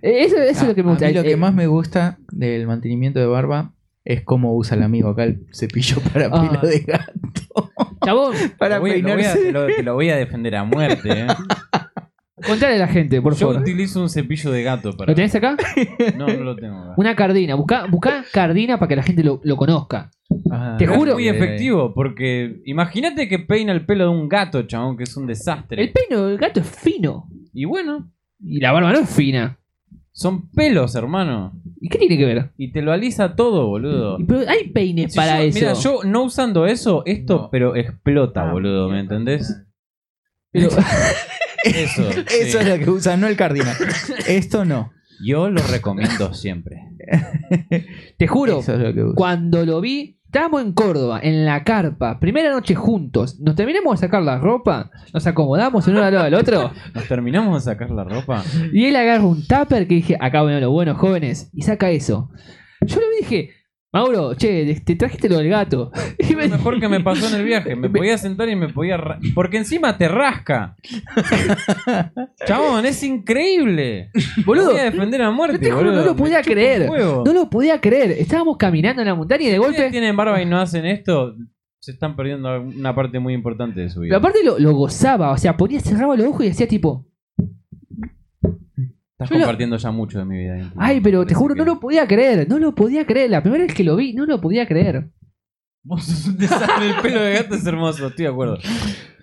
eh, eso, eso es A- lo que me Ah, a gusta. mí lo Eh, que más me gusta del mantenimiento de barba es cómo usa el amigo acá el cepillo para Ah. pelo de gato. Chabón, Para Lo voy- lo voy a- peinarse. te, lo, te lo voy a defender a muerte. eh. contale a la gente, por Yo favor. utilizo un cepillo de gato para. ¿Lo tenés acá? No, no lo tengo. acá. Una cardina. Busca, busca cardina para que la gente lo, lo conozca. Ah, Te Pero juro. Es muy efectivo, porque imagínate que peina el pelo de un gato, chabón, que es un El desastre. peino del gato es fino. Y bueno, Y la barba no es fina. son pelos, hermano. ¿Y qué tiene que ver? Y te lo alisa todo, boludo. Pero hay peines Si para yo- eso. Mira, yo no usando eso, esto, No. pero explota, Ah, boludo, ¿me mierda. entendés? Pero- Eso. Eso es sí. lo que usa, no el cardinal. Esto no. Yo lo recomiendo siempre. te juro, Eso es lo que usa. cuando lo vi, estábamos en Córdoba, en la carpa, primera noche juntos. Nos terminamos de sacar la ropa, nos acomodamos en uno al lado del otro. Nos terminamos de sacar la ropa. Y él agarra un tupper que dije, acá bueno, lo bueno, jóvenes, y saca eso. Yo le dije, Mauro, che, te- te trajiste lo del gato. Y me Lo mejor que me pasó en el viaje. Me Me- podía sentar y me podía. ra- Porque encima te rasca. Chabón, es increíble. Boludo, Te voy a defender a muerte. yo te juro, boludo. no lo podía Me chupa un creer. huevo. no lo podía creer. Estábamos caminando en la montaña y de Ustedes golpe. tienen barba y no hacen esto. se están perdiendo una parte muy importante de su vida. Pero aparte lo, lo gozaba, o sea, ponía, cerraba los ojos y hacía tipo, Estás yo lo- compartiendo ya mucho de mi vida. Ian. ay, pero te Parece juro, que no lo podía creer, no lo podía creer. La primera vez que lo vi, no lo podía creer. Vos sos un desastre, el pelo de gato es hermoso, estoy de acuerdo.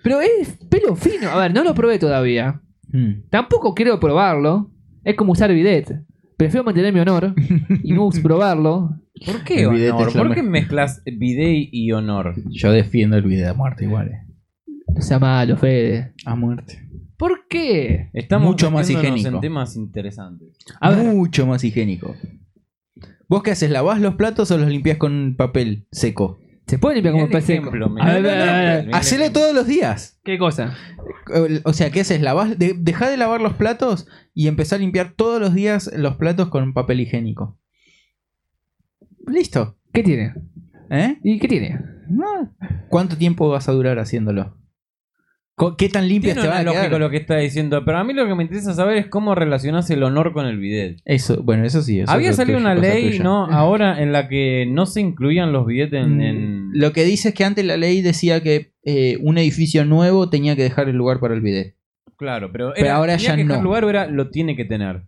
Pero es pelo fino. A ver, no lo probé todavía. Mm. Tampoco quiero probarlo. Es como usar bidet. Prefiero mantener mi honor y no us- probarlo. ¿Por El qué bidet honor? es la ¿Por qué mejor. mezclas bidet y honor? Yo defiendo el video a muerte igual. eh. No sea malo, Fede. A muerte. ¿Por qué? Estamos Mucho más metiéndonos higiénico. en temas interesantes. A ver, Mucho más higiénico. ¿Vos qué haces? ¿Lavás los platos o los limpias con papel seco? se puede limpiar como Mirá pez el seco. ejemplo, mirá A ver, el a ver, a ver. ejemplo. Hacelo todos los días. ¿Qué cosa? O sea, ¿qué haces? ¿Lavás? de- dejá de lavar los platos y empezá a limpiar todos los días los platos con papel higiénico. Listo. ¿Qué tiene? ¿Eh? ¿Y qué tiene? No. ¿Cuánto tiempo vas a durar haciéndolo? Co- ¿Qué tan limpias te Tiene va una a lógica quedar? lo que está diciendo, pero a mí lo que me interesa saber es cómo relacionás el honor con el bidet. Eso, bueno, eso sí. eso Había es salido tuyo, una cosa ley, tuya. Mm, ¿no? Ahora en la que no se incluían los billetes en... en- Mm, Lo que dice es que antes la ley decía que eh, un edificio nuevo tenía que dejar el lugar para el bidet. Claro, pero, Pero era- ahora tenía ya que no. dejar lugar o era lo tiene que tener.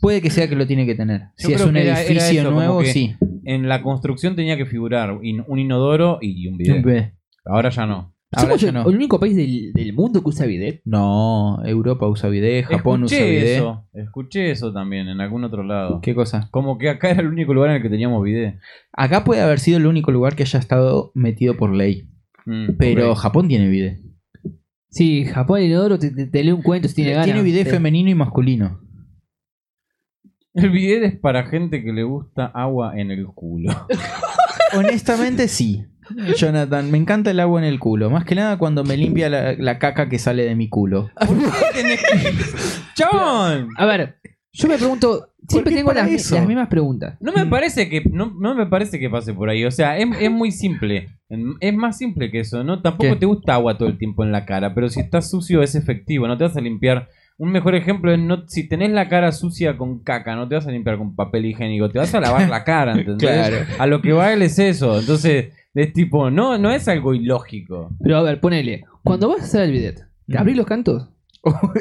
Puede que sea que lo tiene que tener. Yo si es creo un que era- era edificio eso, como nuevo, que- sí. En la construcción tenía que figurar in- un inodoro y un bidet. Ahora ya no. Ahora ¿Somos ya el, no. el único país del, del mundo que usa bidet? No, Europa usa bidet, Japón escuché usa bidet. eso, escuché eso también en algún otro lado. ¿Qué cosa? Como que acá era el único lugar en el que teníamos bidet. Acá puede haber sido el único lugar que haya estado metido por ley. Mm, Pero ok. Japón tiene bidet. Sí, Japón y Inodoro te, te, te lee un cuento si tiene ganas. Tiene bidet Te- femenino y masculino. El bidet es para gente que le gusta agua en el culo. Honestamente sí. Jonathan, me encanta el agua en el culo. Más que nada cuando me limpia la, la caca que sale de mi culo. ¡Chabón! A ver, yo me pregunto, siempre qué tengo para las, eso? las mismas preguntas. No me parece que no, no me parece que pase por ahí. O sea, es, es muy simple. Es más simple que eso, ¿no? Tampoco ¿Qué? te gusta agua todo el tiempo en la cara, pero si estás sucio es efectivo, no te vas a limpiar. Un mejor ejemplo es no, si tenés la cara sucia con caca, no te vas a limpiar con papel higiénico, te vas a lavar la cara, ¿entendés? Claro. A lo que va él es eso. Entonces, es tipo, no, no es algo ilógico. Pero a ver, ponele, cuando vas a hacer el bidet, ¿te Mm. abrís los cantos?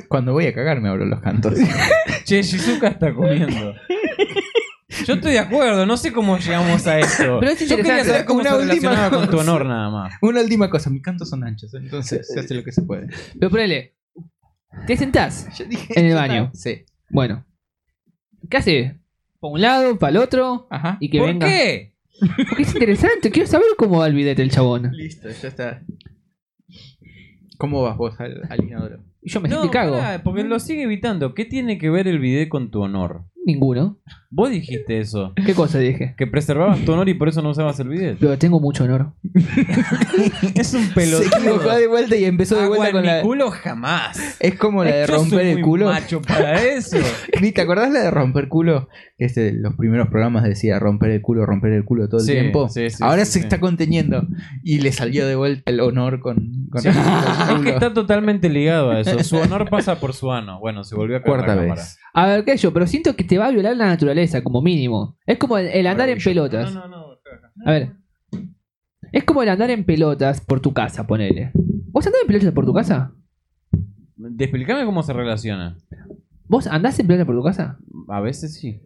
Cuando voy a cagar me abro los cantos. Che, Shizuka está comiendo. Yo estoy de acuerdo, no sé cómo llegamos a esto. Pero es Yo quería interesante. ¿eh? saber cómo Una se última relacionaba con tu cosa. honor nada más. Una última cosa, mis cantos son anchos, entonces se hace lo que se puede. Pero ponele, te sentás Yo dije, en el ya baño. está. Sí. Bueno. ¿Qué hace? ¿Para un lado? ¿Para el otro? Ajá. Y que ¿Por venga. qué? Porque es interesante. Quiero saber cómo va el bidet el chabón. Listo, ya está. ¿Cómo vas vos al, al inodoro? Y Yo me siento y cago. pará, porque lo sigue evitando. ¿Qué tiene que ver el bidet con tu honor? Ninguno. Vos dijiste eso. ¿Qué cosa dije? Que preservabas tu honor y por eso no usabas el bidet. Pero tengo mucho honor. Es un Se equivocó de vuelta y empezó de Agua vuelta en con mi la... culo jamás. Es como la de Yo soy romper el muy culo. macho para eso. Cris, ¿Te acordás la de romper culo? Que este, los primeros programas decía romper el culo, romper el culo todo el Sí, tiempo. sí, sí, Ahora se sí, sí. está conteniendo. Y le salió de vuelta el honor con, con Sí, el es que culo. está totalmente ligado a eso. Su honor pasa por su ano. Bueno, se volvió a caer Cuarta la vez. cámara. A ver, qué yo, pero siento que te va a violar la naturaleza, como mínimo. Es como el, el andar en pelotas. No, no, no. A ver. Es como el andar en pelotas por tu casa, ponele. ¿Vos andás en pelotas por tu casa? Te Explicame cómo se relaciona. ¿Vos andás en pelotas por tu casa? A veces sí.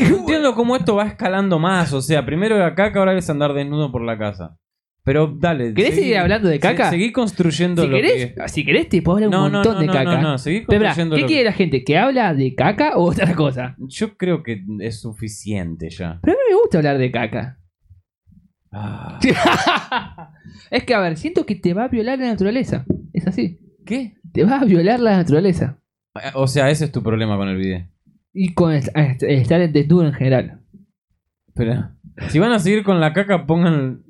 No entiendo cómo esto va escalando más. O sea, primero era caca, ahora es andar desnudo por la casa. Pero dale. ¿Querés seguí- seguir hablando de caca? se- seguí construyendo Si lo querés, que. si querés te puedo hablar No, un no, montón no, de no, no, caca. no, seguí Pero pará, construyendo ¿qué lo quiere la gente? ¿Que habla de caca o otra cosa? que- Yo creo que es suficiente ya. Pero a mí me gusta hablar de caca. Ah. es que, a ver, siento que te va a violar la naturaleza. Es así. ¿Qué? Te va a violar la naturaleza. O sea, ese es tu problema con el video. Y con est- est- estar en desnudo en general. Espera. Si van a seguir con la caca, pongan.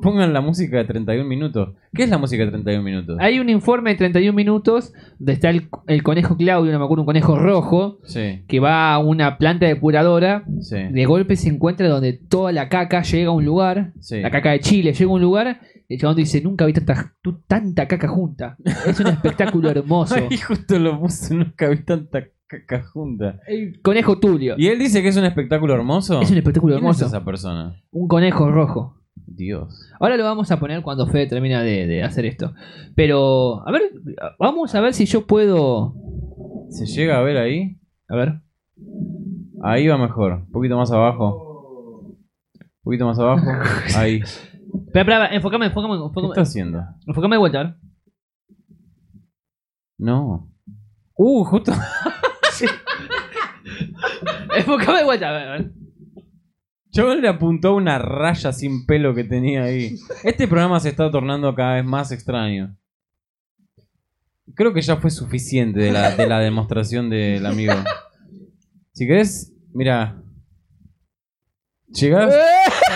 Pongan la música de 31 minutos. ¿Qué es la música de 31 minutos? Hay un informe de 31 minutos donde está el, el conejo Claudio, no me acuerdo, un conejo rojo, Sí, que va a una planta depuradora. sí. De golpe se encuentra donde toda la caca llega a un lugar. sí. La caca de Chile llega a un lugar. y El chabón dice: Nunca vi tanta, tu- tanta caca junta. Es un espectáculo hermoso. Ay, justo lo puse, nunca vi tanta caca junta. El conejo Tulio. ¿Y él dice que es un espectáculo hermoso? Es un espectáculo ¿Quién es hermoso. esa persona? Un conejo rojo. Dios. Ahora lo vamos a poner cuando Fede termina de, de hacer esto. Pero, a ver, vamos a ver si yo puedo. ¿Se llega a ver ahí? A ver. Ahí va mejor. Un poquito más abajo. Un poquito más abajo. Ahí. ¿Qué Espera, espera, enfócame, enfócame, enfócame, está haciendo? enfócame de vuelta. a ver. No. Uh, justo. Enfócame de vuelta. a ver, a ver. Chabón le apuntó una raya sin pelo que tenía ahí. Este programa se está tornando cada vez más extraño. Creo que ya fue suficiente de la, de la demostración del amigo. Si querés, mira. Llegás,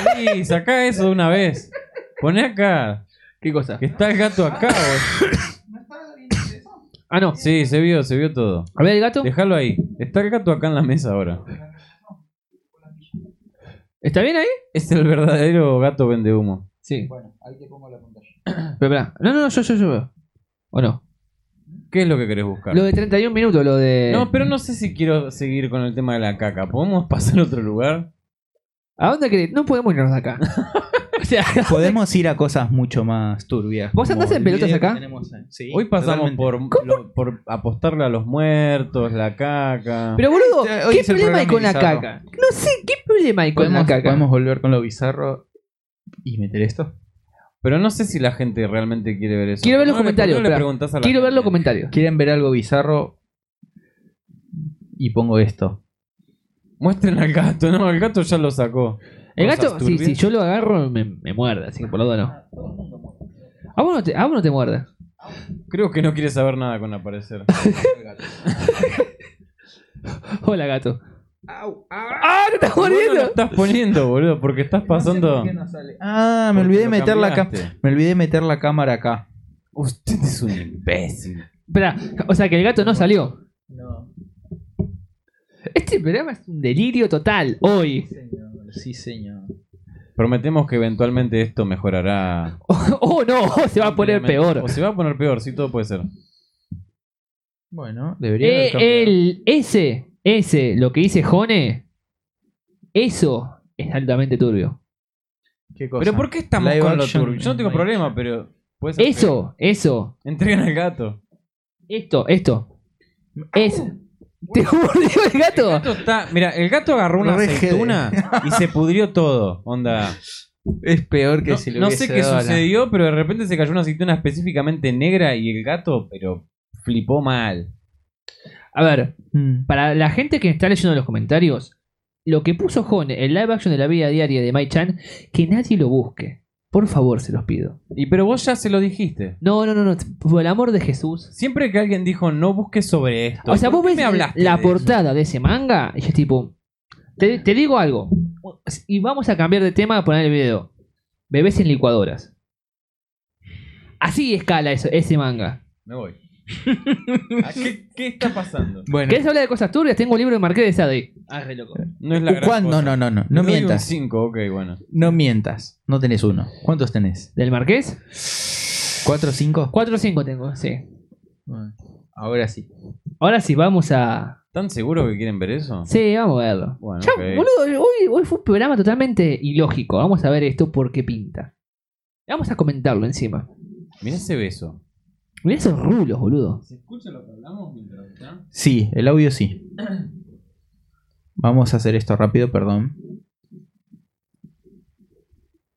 salí, sacá eso de una vez. Poné acá, ¿Qué cosa? que está el gato acá. vos. Ah, no. Sí, se vio, se vio todo. A ver el gato. Déjalo ahí. Está el gato acá en la mesa ahora. ¿Está bien ahí? Es el verdadero gato vende humo. Sí. Bueno, ahí te pongo la pantalla. Espera, espera. No, no, no, yo, yo, yo veo. ¿O no? ¿Qué es lo que querés buscar? Lo de 31 minutos, lo de. No, pero no sé si quiero seguir con el tema de la caca. ¿Podemos pasar a otro lugar? ¿A dónde querés? No podemos irnos de acá. o sea, Podemos ir a cosas mucho más turbias. ¿Vos como andás en el pelotas video que acá? tenemos, eh. Sí, Hoy pasamos totalmente. por, lo- por apostarle a los muertos, la caca. Pero boludo, Este, hoy ¿qué es el problema hay con la programa bizarro. caca? No sé, ¿qué problema hay con ¿Podemos, la caca? podemos volver con lo bizarro y meter esto. Pero no sé si la gente realmente quiere ver eso. Quiero ver los ¿Por qué no le- comentarios, por qué no le espera. preguntás a la Quiero ver gente? los comentarios. ¿Quieren ver algo bizarro? Y pongo esto. Muestren al gato. No, el gato ya lo sacó. El Cosas gato, si, turbias. si yo lo agarro, me, me muerde, así que por lo duda no. A vos no te, a vos no te muerde. Creo que no quiere saber nada con aparecer. Hola, gato. ¡Ah, no estás Vos no lo mordiendo! estás poniendo, boludo, porque estás pasando... Ah, me Porque olvidé lo meter la ca- cambiaste. me olvidé meter la cámara acá. Usted es un imbécil. Espera, o sea que el gato no salió. Este programa es un delirio total hoy. Sí, señor. Prometemos que eventualmente esto mejorará. Oh no, se va a poner peor. O se va a poner peor, sí, todo puede ser. Bueno, debería haber Eh, cambiado. el ese, ese, lo que dice Jone, eso es altamente turbio. ¿Qué cosa? Pero ¿por qué estamos Live con lo action turbio? Yo no tengo live problema, pero. puede ser Eso, eso, que Entreguen al gato. esto, esto. Es. ¿Te mordió el El gato? gato está. Mira, el gato agarró una Re jede. aceituna y se pudrió todo. Onda. Es peor que No, si le no hubiese sé qué dado a la- sucedió, pero de repente se cayó una aceituna específicamente negra y el gato, pero flipó mal. A ver, Mm. para la gente que está leyendo los comentarios, lo que puso Jone, el live action de la vida diaria de Mai Chan, que nadie lo busque. Por favor, se los pido. Y pero vos ya se lo dijiste. No, no, no, no. Por el amor de Jesús. Siempre que alguien dijo no busques sobre esto. O sea, ¿por vos qué ves me hablaste la de eso? portada de ese manga y es tipo. Te, te digo algo. Y vamos a cambiar de tema a poner el video. Bebés en licuadoras. Así escala eso, ese manga. Me voy. ¿A ¿Qué, qué está pasando? Bueno, ¿Querés hablar de cosas turbias? Tengo un libro de Marqués de Sade. Ah, re loco. No es la gran ¿cuándo? cosa. No, no, no, Le no doy un mientas. 5, ok, bueno. No mientas. No tenés uno. ¿Cuántos tenés? ¿Del Marqués? ¿Cuatro o cinco? 4 o 5 tengo, sí. Bueno, Ahora sí. Ahora sí, vamos a. ¿Están seguros que quieren ver eso? Sí, vamos a verlo. Bueno, Ya, ok. boludo, hoy, hoy fue un programa totalmente ilógico. Vamos a ver esto porque pinta. Vamos a comentarlo encima. Mirá ese beso. Mirá esos rulos, boludo. ¿Se escucha lo que hablamos mientras está? Sí, el audio sí. Vamos a hacer esto rápido, perdón.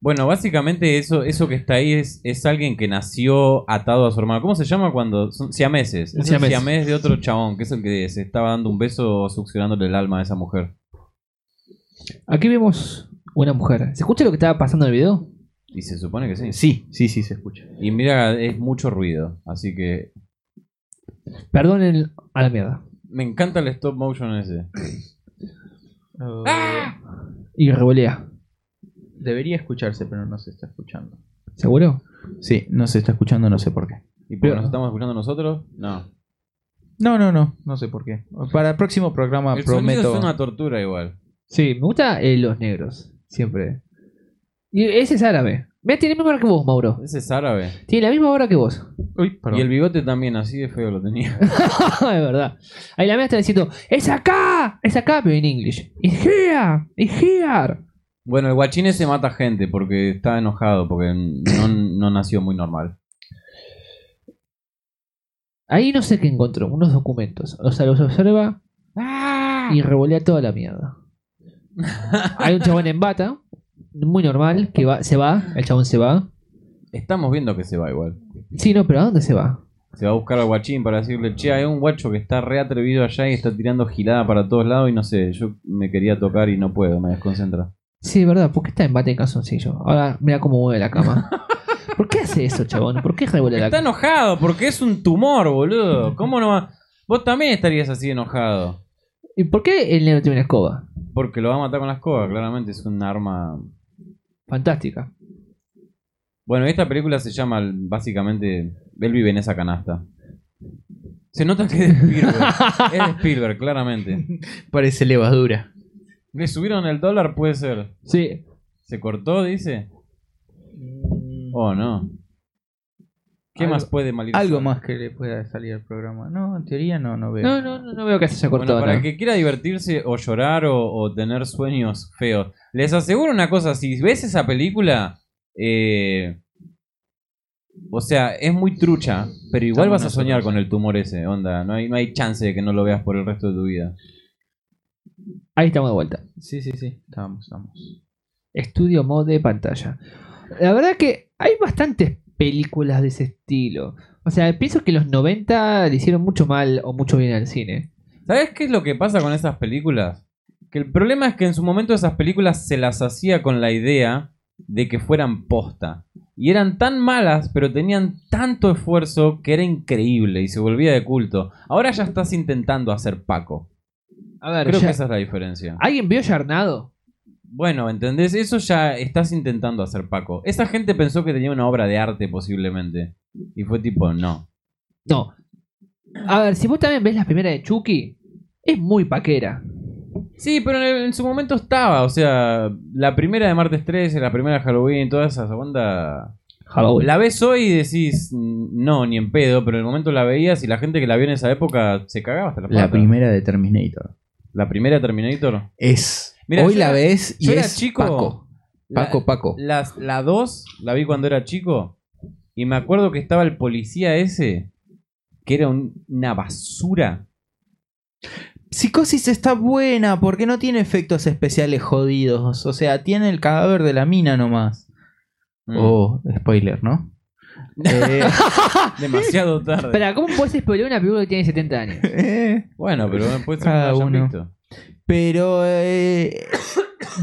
Bueno, básicamente eso, eso que está ahí es, es alguien que nació atado a su hermano. ¿Cómo se llama cuando? Son siameses. Es Siamés. el siamés de otro chabón, que es el que se estaba dando un beso succionándole el alma a esa mujer. Aquí vemos una mujer. ¿Se escucha lo que estaba pasando en el video? Y se supone que sí. Sí, sí, sí, se escucha. Y mira, es mucho ruido. Así que Perdonen a la mierda. me encanta el stop motion ese. Ah. Y revolea. Debería escucharse, pero no se está escuchando. ¿Seguro? Sí, no se está escuchando, no sé por qué. ¿Y porque Pero- nos estamos escuchando nosotros? No. No, no, no, no sé por qué. Para el próximo programa el sonido prometo. es una tortura igual. Sí, me gusta eh, los negros. Siempre. Y ese es árabe. Mira, tiene la misma hora que vos, Mauro. Ese es árabe. Tiene la misma hora que vos. Uy, perdón. Y el bigote también, así de feo lo tenía. de Ah, verdad. Ahí la mía está diciendo, ¡Es acá! ¡Es acá! Pero en inglés. ¡It's here! ¡It's here! Bueno, el guachín se mata gente porque está enojado, porque no, no nació muy normal. Ahí no sé qué encontró, unos documentos. O sea, los observa ¡Ah! y revolea toda la mierda. Hay un chabón en bata, muy normal, que va, se va, el chabón se va. Estamos viendo que se va igual. Sí, no, pero ¿a dónde se va? Se va a buscar al guachín para decirle, che, hay un guacho que está re atrevido allá y está tirando gilada para todos lados y no sé, yo me quería tocar y no puedo, me desconcentra. Sí, es verdad, ¿por qué está en bata en calzoncillo? Ahora mira cómo mueve la cama. ¿Por qué hace eso, chabón? ¿Por qué revuelve la Está cama? enojado porque es un tumor, boludo. ¿Cómo no va? Vos también estarías así enojado. ¿Y por qué el negro tiene una escoba? Porque lo va a matar con la escoba, claramente es un arma... Fantástica. Bueno, esta película se llama básicamente... Él vive en esa canasta. Se nota que es de Spielberg. es de Spielberg, claramente. Parece levadura. Le subieron el dólar, puede ser. Sí. ¿Se cortó, dice? Oh, no. ¿Qué Mm. Algo- más puede malir? Algo más que le pueda salir al programa. No, en teoría no, no veo. No, no, no, no veo que se haya Bueno, cortado para nada. el que quiera divertirse o llorar o, o tener sueños feos. Les aseguro una cosa, si ves esa película, eh, o sea, es muy trucha, pero igual Estamos vas a soñar nosotros. con el tumor ese, onda. No hay, no hay chance de que no lo veas por el resto de tu vida. Ahí estamos de vuelta. Sí, sí, sí. Estamos, estamos. Estudio mode de pantalla. La verdad que hay bastantes películas de ese estilo. O sea, pienso que los 90 le hicieron mucho mal o mucho bien al cine. ¿Sabes qué es lo que pasa con esas películas? Que el problema es que en su momento esas películas se las hacía con la idea de que fueran posta. Y eran tan malas, pero tenían tanto esfuerzo que era increíble y se volvía de culto. Ahora ya estás intentando hacer Paco. A ver, Creo ya- que esa es la diferencia. ¿alguien vio Yarnado? Bueno, ¿entendés? Eso ya estás intentando hacer Paco. Esa gente pensó que tenía una obra de arte posiblemente. Y fue tipo, no. No. A ver, si vos también ves la primera de Chucky, es muy paquera. Sí, pero en, en su momento estaba. O sea, la primera de martes 13, la primera de Halloween, toda esa onda... Halloween. La ves hoy y decís, "Mm, no, ni en pedo, pero en el momento la veías y la gente que la vio en esa época se cagaba hasta la La pata. primera de Terminator. La primera Terminator. Es. Mira, Hoy yo la era- ves y yo era es chico. Paco. Paco, Paco. La, las- la 2 la vi cuando era chico y me acuerdo que estaba el policía ese, que era un- una basura. Psicosis está buena porque no tiene efectos especiales jodidos. O sea, tiene el cadáver de la mina nomás. Mm. Oh, spoiler, ¿no? Eh, Demasiado tarde. Espera, ¿cómo puedes spoiler una película que tiene 70 años? eh, Bueno, pero puede ser que Cada no hayan uno. visto. pero eh,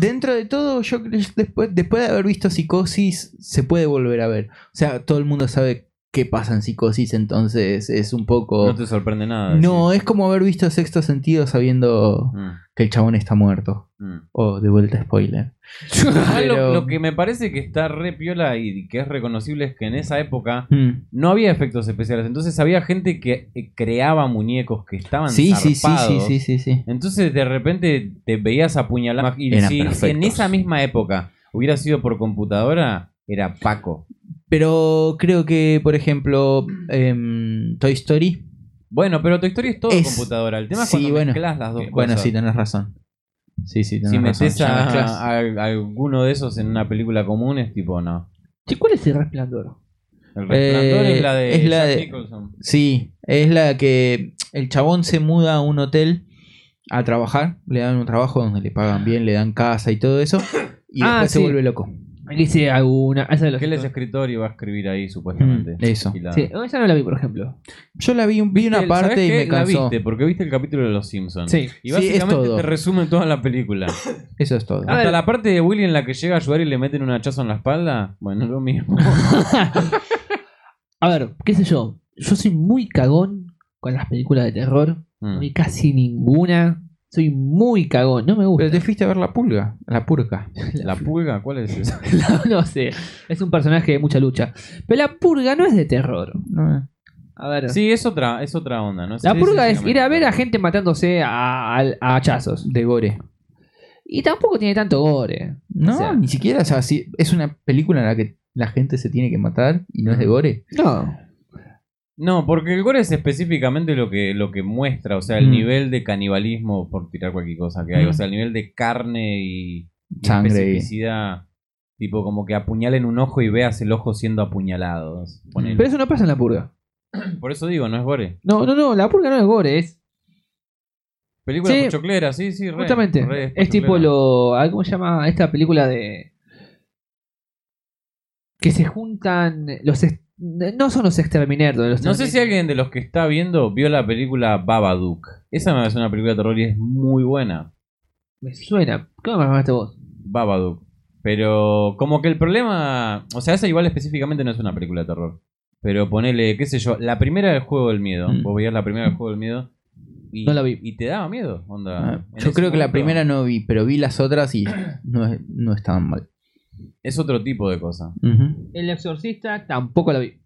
dentro de todo, yo creo que después, después de haber visto Psicosis, se puede volver a ver. O sea, todo el mundo sabe qué pasa en Psicosis, entonces es un poco... No te sorprende nada. No, eh. es como haber visto Sexto Sentido sabiendo sí. Mm, que el chabón está muerto. mm. Oh, de vuelta spoiler. Igual Ah, lo- Pero- lo, que me parece que está re piola y que es reconocible es que en esa época Mm. no había efectos especiales. Entonces había gente que eh, creaba muñecos que estaban Mm. Sí, sí, sí, zarpados. sí, sí, sí, sí. Entonces de repente te veías apuñalado. Y Eran si, si en perfectos. esa misma época hubiera sido por computadora, era Paco. Pero creo que, por ejemplo, em, Toy Story. Bueno, pero tu historia es todo Es- computadora. El tema es sí, cuando bueno. mezclas las dos eh, Bueno, cosas. sí, tenés razón. Sí, sí, tenés si razón. metes Ya a, mezclas. a- a alguno de esos en una película común, es tipo, no. Che, ¿cuál es el resplandor? El resplandor Eh, es la de es la Jack de- Nicholson. Sí, es la que el chabón se muda a un hotel a trabajar. Le dan un trabajo donde le pagan bien, le dan casa y todo eso. Y Ah, después se sí. vuelve loco. Aquí dice alguna. Esa, de los- Que él es escritor y va a escribir ahí, supuestamente. Mm, eso. Y la- Sí, esa no la vi, por ejemplo. Yo la vi, vi una ¿Sabés parte y qué? me La cansó. viste, porque viste el capítulo de Los Simpsons. Sí. Sí, Y es básicamente todo. te resume toda la película. Eso es todo. Ah, Hasta ver. la parte de Willy en la que llega a ayudar y le meten un hachazo en la espalda. Bueno, lo mismo. A ver, qué sé yo. Yo soy muy cagón con las películas de terror. Mm. No vi casi ninguna. Soy muy cagón, no me gusta. Pero te fuiste a ver la pulga, la purga. ¿La pulga? ¿Cuál es esa? no sé. Es un personaje de mucha lucha. Pero la purga no es de terror. No, eh. A ver. Sí, es otra, es otra onda, ¿no? la Sí, purga sí, es sí, ir a ver a me- gente matándose a, a- a hachazos. De gore. Y tampoco tiene tanto gore. No, O sea- ni siquiera. O sea, sí, es una película en la que la gente se tiene que matar y no es de gore. No. No, porque el gore es específicamente lo que, lo que muestra, o sea, el Mm. nivel de canibalismo, por tirar cualquier cosa que hay, Mm. o sea, el nivel de carne y, y Sangre. especificidad. Tipo, como que apuñalen un ojo y veas el ojo siendo apuñalado. ponele. Pero eso no pasa en la purga. Por eso digo, no es gore. No, no, no, la purga no es gore, es Película Sí. pochoclera, sí, sí, re, Justamente. re es tipo pochoclera. lo. ah, ¿Cómo se llama esta película de. Que se juntan. los ex- No son los exterminados. Los No sé si alguien de los que está viendo vio la película Babadook. Esa me parece una película de terror y es muy buena. Me suena. ¿Cómo me llamaste vos? Babadook. Pero como que el problema... O sea, esa igual específicamente no es una película de terror. Pero ponele, qué sé yo, la primera del Juego del Miedo. Mm. Vos veías la primera del Juego del Miedo. Y, No la vi. Y te daba miedo, onda. Ah, En Yo ese creo que la momento primera no vi, pero vi las otras y no, es- no estaban mal. Es otro tipo de cosa. Ujú. El exorcista tampoco la vi.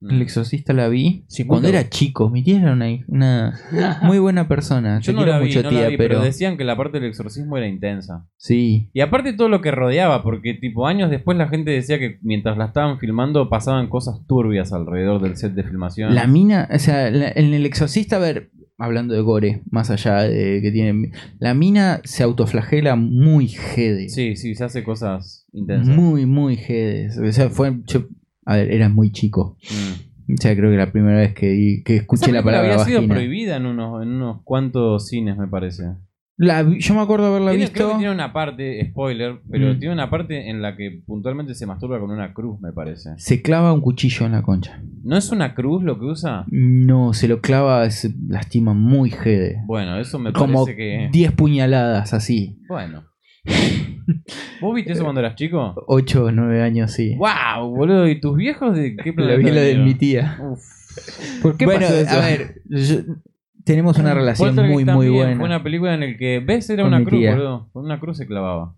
Mm. El exorcista la vi Sí, cuando bueno. era chico. Mi tía era una, una muy buena persona. Yo Yo no quiero la vi, mucho no la tía, vi, pero, pero decían que la parte del exorcismo era intensa. sí. Y aparte todo lo que rodeaba, porque tipo años después la gente decía que mientras la estaban filmando pasaban cosas turbias alrededor del set de filmación. La mina, o sea, la- en el exorcista, a ver, hablando de gore, más allá de que tienen. La mina se autoflagela muy jede. Sí, sí, se hace cosas intensas. Muy, muy jede. O sea, fue. yo- a ver, era muy chico. Mm. O sea, creo que la primera vez que, di- que Esa escuché la película palabra había sido vagina. prohibida en unos, en unos cuantos cines, me parece. La vi- yo me acuerdo haberla Tiene, creo que visto. tiene una parte, spoiler, pero Mm. tiene una parte en la que puntualmente se masturba con una cruz, me parece. Se clava un cuchillo en la concha. ¿No es una cruz lo que usa? No, se lo clava, se lastima muy jede. Bueno, eso me Como parece que... 10 puñaladas así. Bueno. ¿Vos viste eso cuando eras chico? 8 o 9 años, sí. ¡Wow, boludo! ¿Y tus viejos de qué Lo vi planeta lo de vinieron? mi tía. ¿Por qué bueno, pasó eso? a ver, yo- tenemos una relación Poltergeist muy, muy también buena. Fue una película en la que ves era Con una mi cruz, tía. boludo. Con una cruz se clavaba.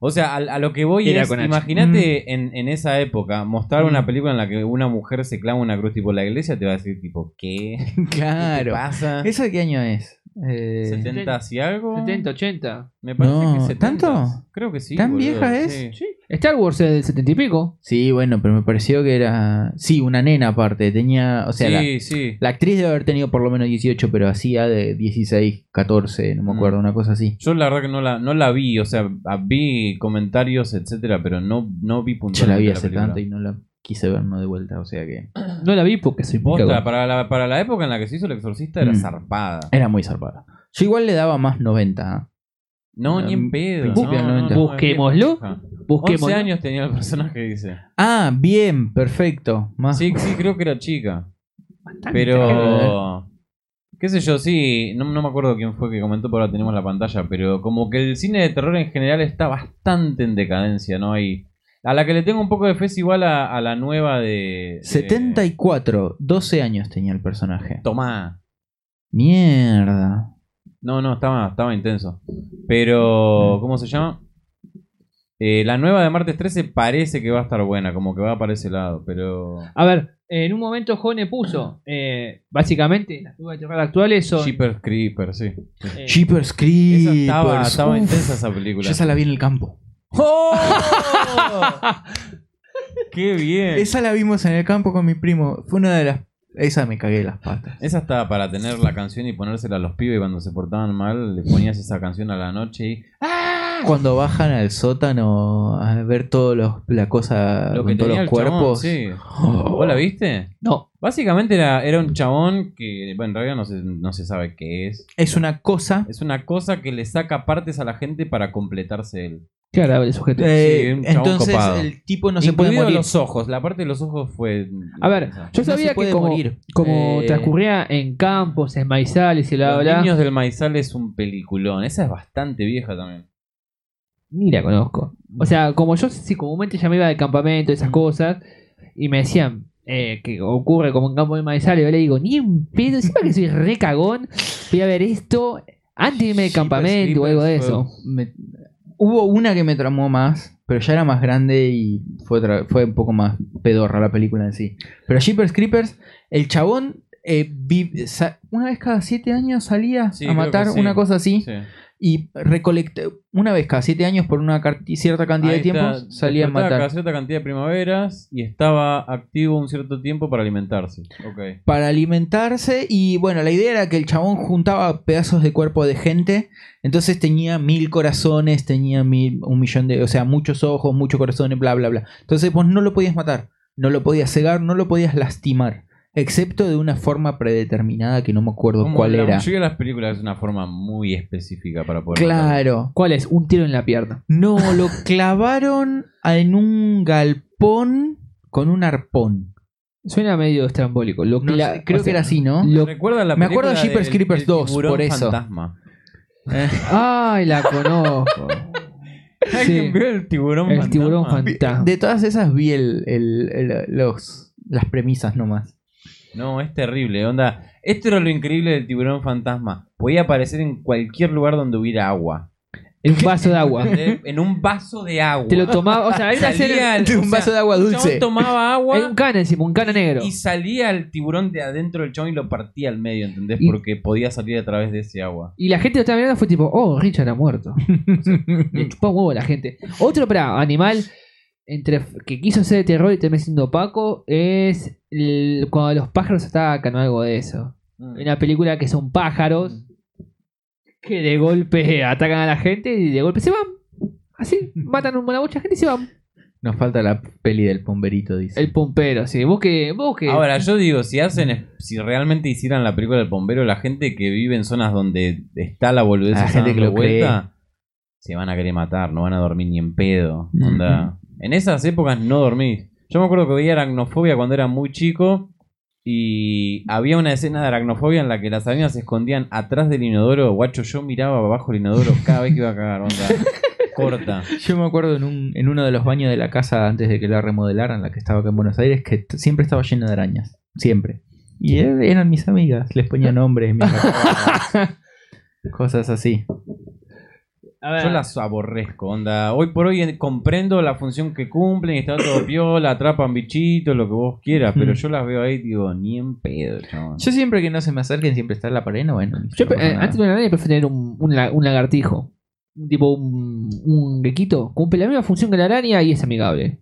O sea, a, a lo que voy Era es, con H. imagínate en, en esa época mostrar una Mm. película en la que una mujer se clava una cruz tipo la iglesia, te va a decir tipo, ¿qué? ¿Qué te claro. pasa? ¿Eso de qué año es? Eh, ¿70 y algo? 70, 80. Me parece No, que 70. ¿tanto? Creo que sí. ¿Tan boludo, vieja es? sí. Star Wars es del 70 y pico. sí, bueno, pero me pareció que era. Sí, una nena aparte. Tenía. O sea, la, sí, sí. la actriz debe haber tenido por lo menos 18, pero hacía de 16, 14, Mm. no me acuerdo, una cosa así. Yo la verdad que no la, no la vi, o sea, a- vi comentarios, etcétera, pero no, no vi Yo la puntualmente vi hace película. tanto y no la quise ver no de vuelta, o sea que. No la vi porque soy Posta, posta. para la, para la época en la que se hizo el exorcista era Mm. zarpada. Era muy zarpada. Yo igual le daba más ¿ah? 90. No, ni en Mm, pedo. principio no, del no, 90. no, Busquémoslo. es vieja. 11 Busquemos. años tenía el personaje, dice. Ah, bien, perfecto. Más Sí, sí, creo que era chica. Bastante. Pero. Qué sé yo, sí. No, no me acuerdo quién fue que comentó, pero ahora tenemos la pantalla. Pero como que el cine de terror en general está bastante en decadencia, ¿no? hay a la que le tengo un poco de fe es igual a, a la nueva de. de- 74, 12 años tenía el personaje. Tomá. Mierda. No, no, estaba, estaba intenso. Pero, ¿cómo se llama? Eh, la nueva de martes 13 parece que va a estar buena, como que va para ese lado, pero. A ver, en un momento Jone puso. eh, básicamente, las películas de terror actuales son. Cheaper Creeper, sí. eh, Jeepers Esa Creepers. estaba, estaba uf. intensa esa película. Yo esa la vi en el campo. ¡Oh! ¡Qué bien! Esa la vimos en el campo con mi primo. Fue una de las. Esa me cagué las patas. Esa estaba para tener la canción y ponérsela a los pibes y cuando se portaban mal, le ponías esa canción a la noche y. Cuando bajan al sótano a ver todos los la cosa Lo que Ah, con todos los tenía el chabón, cuerpos. sí. Oh. ¿Vos la viste? No. Básicamente era, era un chabón que, bueno, en realidad no se, no se sabe qué es. Es una cosa. Es una cosa que le saca partes a la gente para completarse él. Qué agradable sujeto. Eh, un chabón entonces copado. el tipo no se puede Incluido morir. los ojos, la parte de los ojos fue... A ver, yo No se sabía que puede como, morir. como Eh, transcurría en campos, en maizales y bla Los bla. bla, Niños del Maizal es un peliculón. Esa es bastante vieja también. Ni la conozco. O sea, como yo sí, comúnmente ya me iba de campamento, Mm. esas cosas, y me decían eh, que ocurre como en campo de maizales, yo le digo, ni en pedo, encima que soy re cagón, voy a ver esto antes de irme de Jeepers campamento o algo de Creepers eso. Me- hubo una que me tramó más, pero ya era más grande y fue, otra- fue un poco más pedorra la película en sí. Pero Jeepers Creepers, el chabón eh, vi- sa- una vez cada siete años salía Sí, a creo que matar sí. una cosa así. Sí. Y recolecté una vez cada siete años por una car- cierta cantidad Ahí de tiempo está, salía a despertaba matar. cada cierta cantidad de primaveras y estaba activo un cierto tiempo para alimentarse. Ok. para alimentarse y bueno, la idea era que el chabón juntaba pedazos de cuerpo de gente, entonces tenía mil corazones, tenía mil, un millón de, o sea, muchos ojos, muchos corazones, bla, bla, bla. Entonces vos no lo podías matar, no lo podías cegar, no lo podías lastimar, excepto de una forma predeterminada que no me acuerdo Como cuál la era. mayoría de las películas es una forma muy específica para poder. matar. Claro. ¿Cuál es? Un tiro en la pierna. No, lo clavaron en un galpón con un arpón. Suena medio estrambólico. Lo No cla- sé, creo o que sea, era así, ¿no? lo- Recuerda la Me acuerdo de película Jeepers del- Creepers el 2 tiburón por eso. Fantasma. Ay, la conozco. ¿Alguien vio el tiburón El fantasma? tiburón fantasma. De todas esas vi el, el- el- los, las premisas nomás. No, es terrible, onda. Esto era lo increíble del tiburón fantasma. Podía aparecer en cualquier lugar donde hubiera agua. En un vaso de agua. ¿entendés? en un vaso de agua. Te lo tomaba. O sea, hay una Salía escena. el- De o un sea, vaso de agua el dulce. chabón tomaba Hay agua un cana encima, un cana negro. y salía el tiburón de adentro del chabón y lo partía al medio, ¿entendés? Y- Porque podía salir a través de ese agua. Y la gente lo estaba mirando fue tipo, oh, Richard ha muerto. Le chupó un huevo a la gente. Otro, para animal entre, que quiso ser de terror y terminó siendo opaco es el- cuando los pájaros atacan o algo de eso. Hay una película que son pájaros que de golpe atacan a la gente y de golpe se van. Así, matan a una mucha gente y se van. Nos falta la peli del pomberito, dice. El pompero, sí. Vos que. Vos que Ahora, yo digo, si hacen, si realmente hicieran la película del bombero, la gente que vive en zonas donde está la boludez Ah, La esa gente que dando lo cree. vuelta, se van a querer matar, no van a dormir ni en pedo. Onda. En esas épocas no dormís. Yo me acuerdo que veía aracnofobia cuando era muy chico y había una escena de aracnofobia en la que las amigas se escondían atrás del inodoro. Guacho, yo miraba abajo el inodoro cada vez que iba a cagar, onda. Corta. Yo me acuerdo en, un- en uno de los baños de la casa antes de que la remodelaran, la que estaba acá en Buenos Aires, que t- siempre estaba lleno de arañas. Siempre. Y er- eran mis amigas, les ponía nombres. me agarraba. Cosas así. A ver, Yo las aborrezco, onda. Hoy por hoy en- comprendo la función que cumplen, está todo piola, atrapan bichitos, lo que vos quieras, pero Mm. yo las veo ahí, y digo, ni en pedo, chabón. Yo siempre que no se me acerquen, siempre está en la pared, no, bueno. yo, no pasa eh, nada. antes de una araña prefiero tener un, un la- un lagartijo. Un Tipo un, un gequito. Cumple la misma función que la araña y es amigable.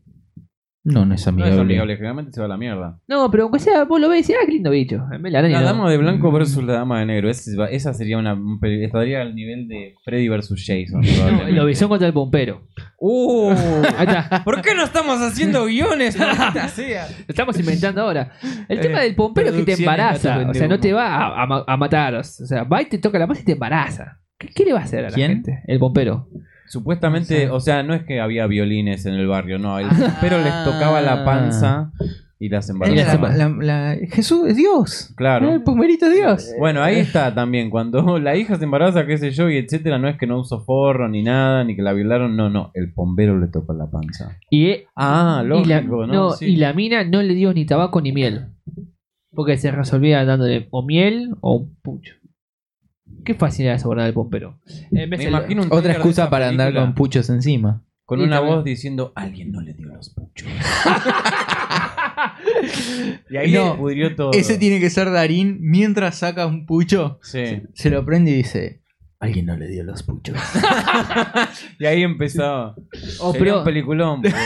No, no es No amigable. es amigable, generalmente se va a la mierda. No, pero aunque sea, vos lo ves y decís, ah, qué lindo bicho. En vez de La araña. La no. dama de blanco versus la dama de negro, ese va- esa sería una. un peli- Estaría al nivel de Freddy versus Jason. No, el probablemente. obisón contra el pompero. ¡Uh! Ahí está. ¿Por qué no estamos haciendo guiones? maldita sea? Lo estamos inventando ahora. El Eh, tema del pompero es que te producciones gatos embaraza. vende O sea, no humo. te va a, a ma- a matar. O sea, va y te toca la masa y te embaraza. ¿Qué, qué le va a hacer a la ¿Quién? gente? El pompero. Supuestamente, o sea, no es que había violines en el barrio, no. El pero les tocaba la panza y las Era embarazaba. la- la- la- Jesús es Dios. Claro. El pomberito es Eh, pues Dios. Bueno, ahí está también. Cuando la hija se embaraza, qué sé yo, y etcétera, no es que no usó forro ni nada, ni que la violaron. No, no. El bombero le tocó la panza. Y, eh, Ah, y lógico, la, ¿no? no, Sí. y la mina no le dio ni tabaco ni miel. Porque se resolvía dándole o miel o un pucho. Qué fácil era sobornar al pompero. En vez Me de- imagino un Otra trailer de excusa esa para andar película con puchos encima. con Sí, una también. voz diciendo: Alguien no le dio los puchos. y ahí No, le pudrió todo. Ese tiene que ser Darín mientras saca un pucho. Sí. Se lo prende y dice: Alguien no le dio los puchos. Y ahí empezaba. o Sería pero- un peliculón. boludo.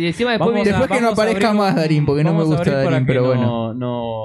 y encima después Vamos viene- Después que no vamos a aparezca abrir más Darín, porque no me vamos a gusta abrir para Darín, que pero no- bueno. Nos,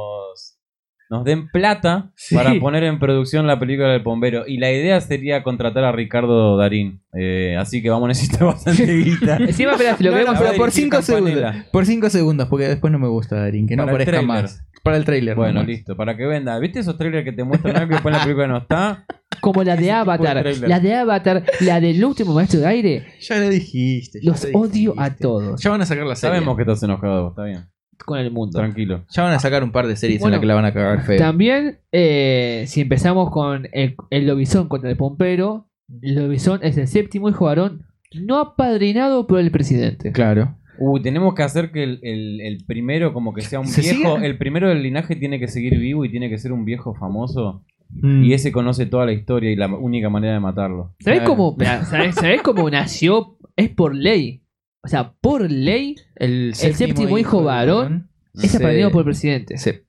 nos den plata para poner en producción la película del bombero. Y la idea sería contratar a Ricardo Darín. Eh, así que vamos a necesitar bastante guita. Encima, espera, si lo No, vemos. no, pero por dirigir 5 Campanella. segundos. Por 5 segundos, porque después no me gusta Darín, que no Para el aparezca tráiler. más. Para el trailer. Bueno, listo, para que venda. ¿Viste esos trailers que te muestran algo y después la película no está? Como la de Ese tipo de Avatar. trailer. la de Avatar, la del último maestro de aire. Ya lo dijiste. ya Los lo dijiste. odio a todos. Ya van a sacar la serie. Sabemos que estás enojado, está bien. Con el mundo. Tranquilo. Ya van a sacar un par de series en Bueno, las que la van a cagar feo. También, eh, si empezamos con el, el lobizón contra el pompero, el lobizón es el séptimo hijo varón no apadrinado por el presidente. Claro. Uh, tenemos que hacer que el, el- el primero como que sea un ¿Se viejo. siguen? El primero del linaje tiene que seguir vivo y tiene que ser un viejo famoso. Mm. Y ese conoce toda la historia y la única manera de matarlo. ¿Sabés Claro. cómo, pará, ¿sabés, sabés cómo nació? Es por ley. O sea, por ley el séptimo hijo de varón Aarón es se- apadrinado por el presidente. se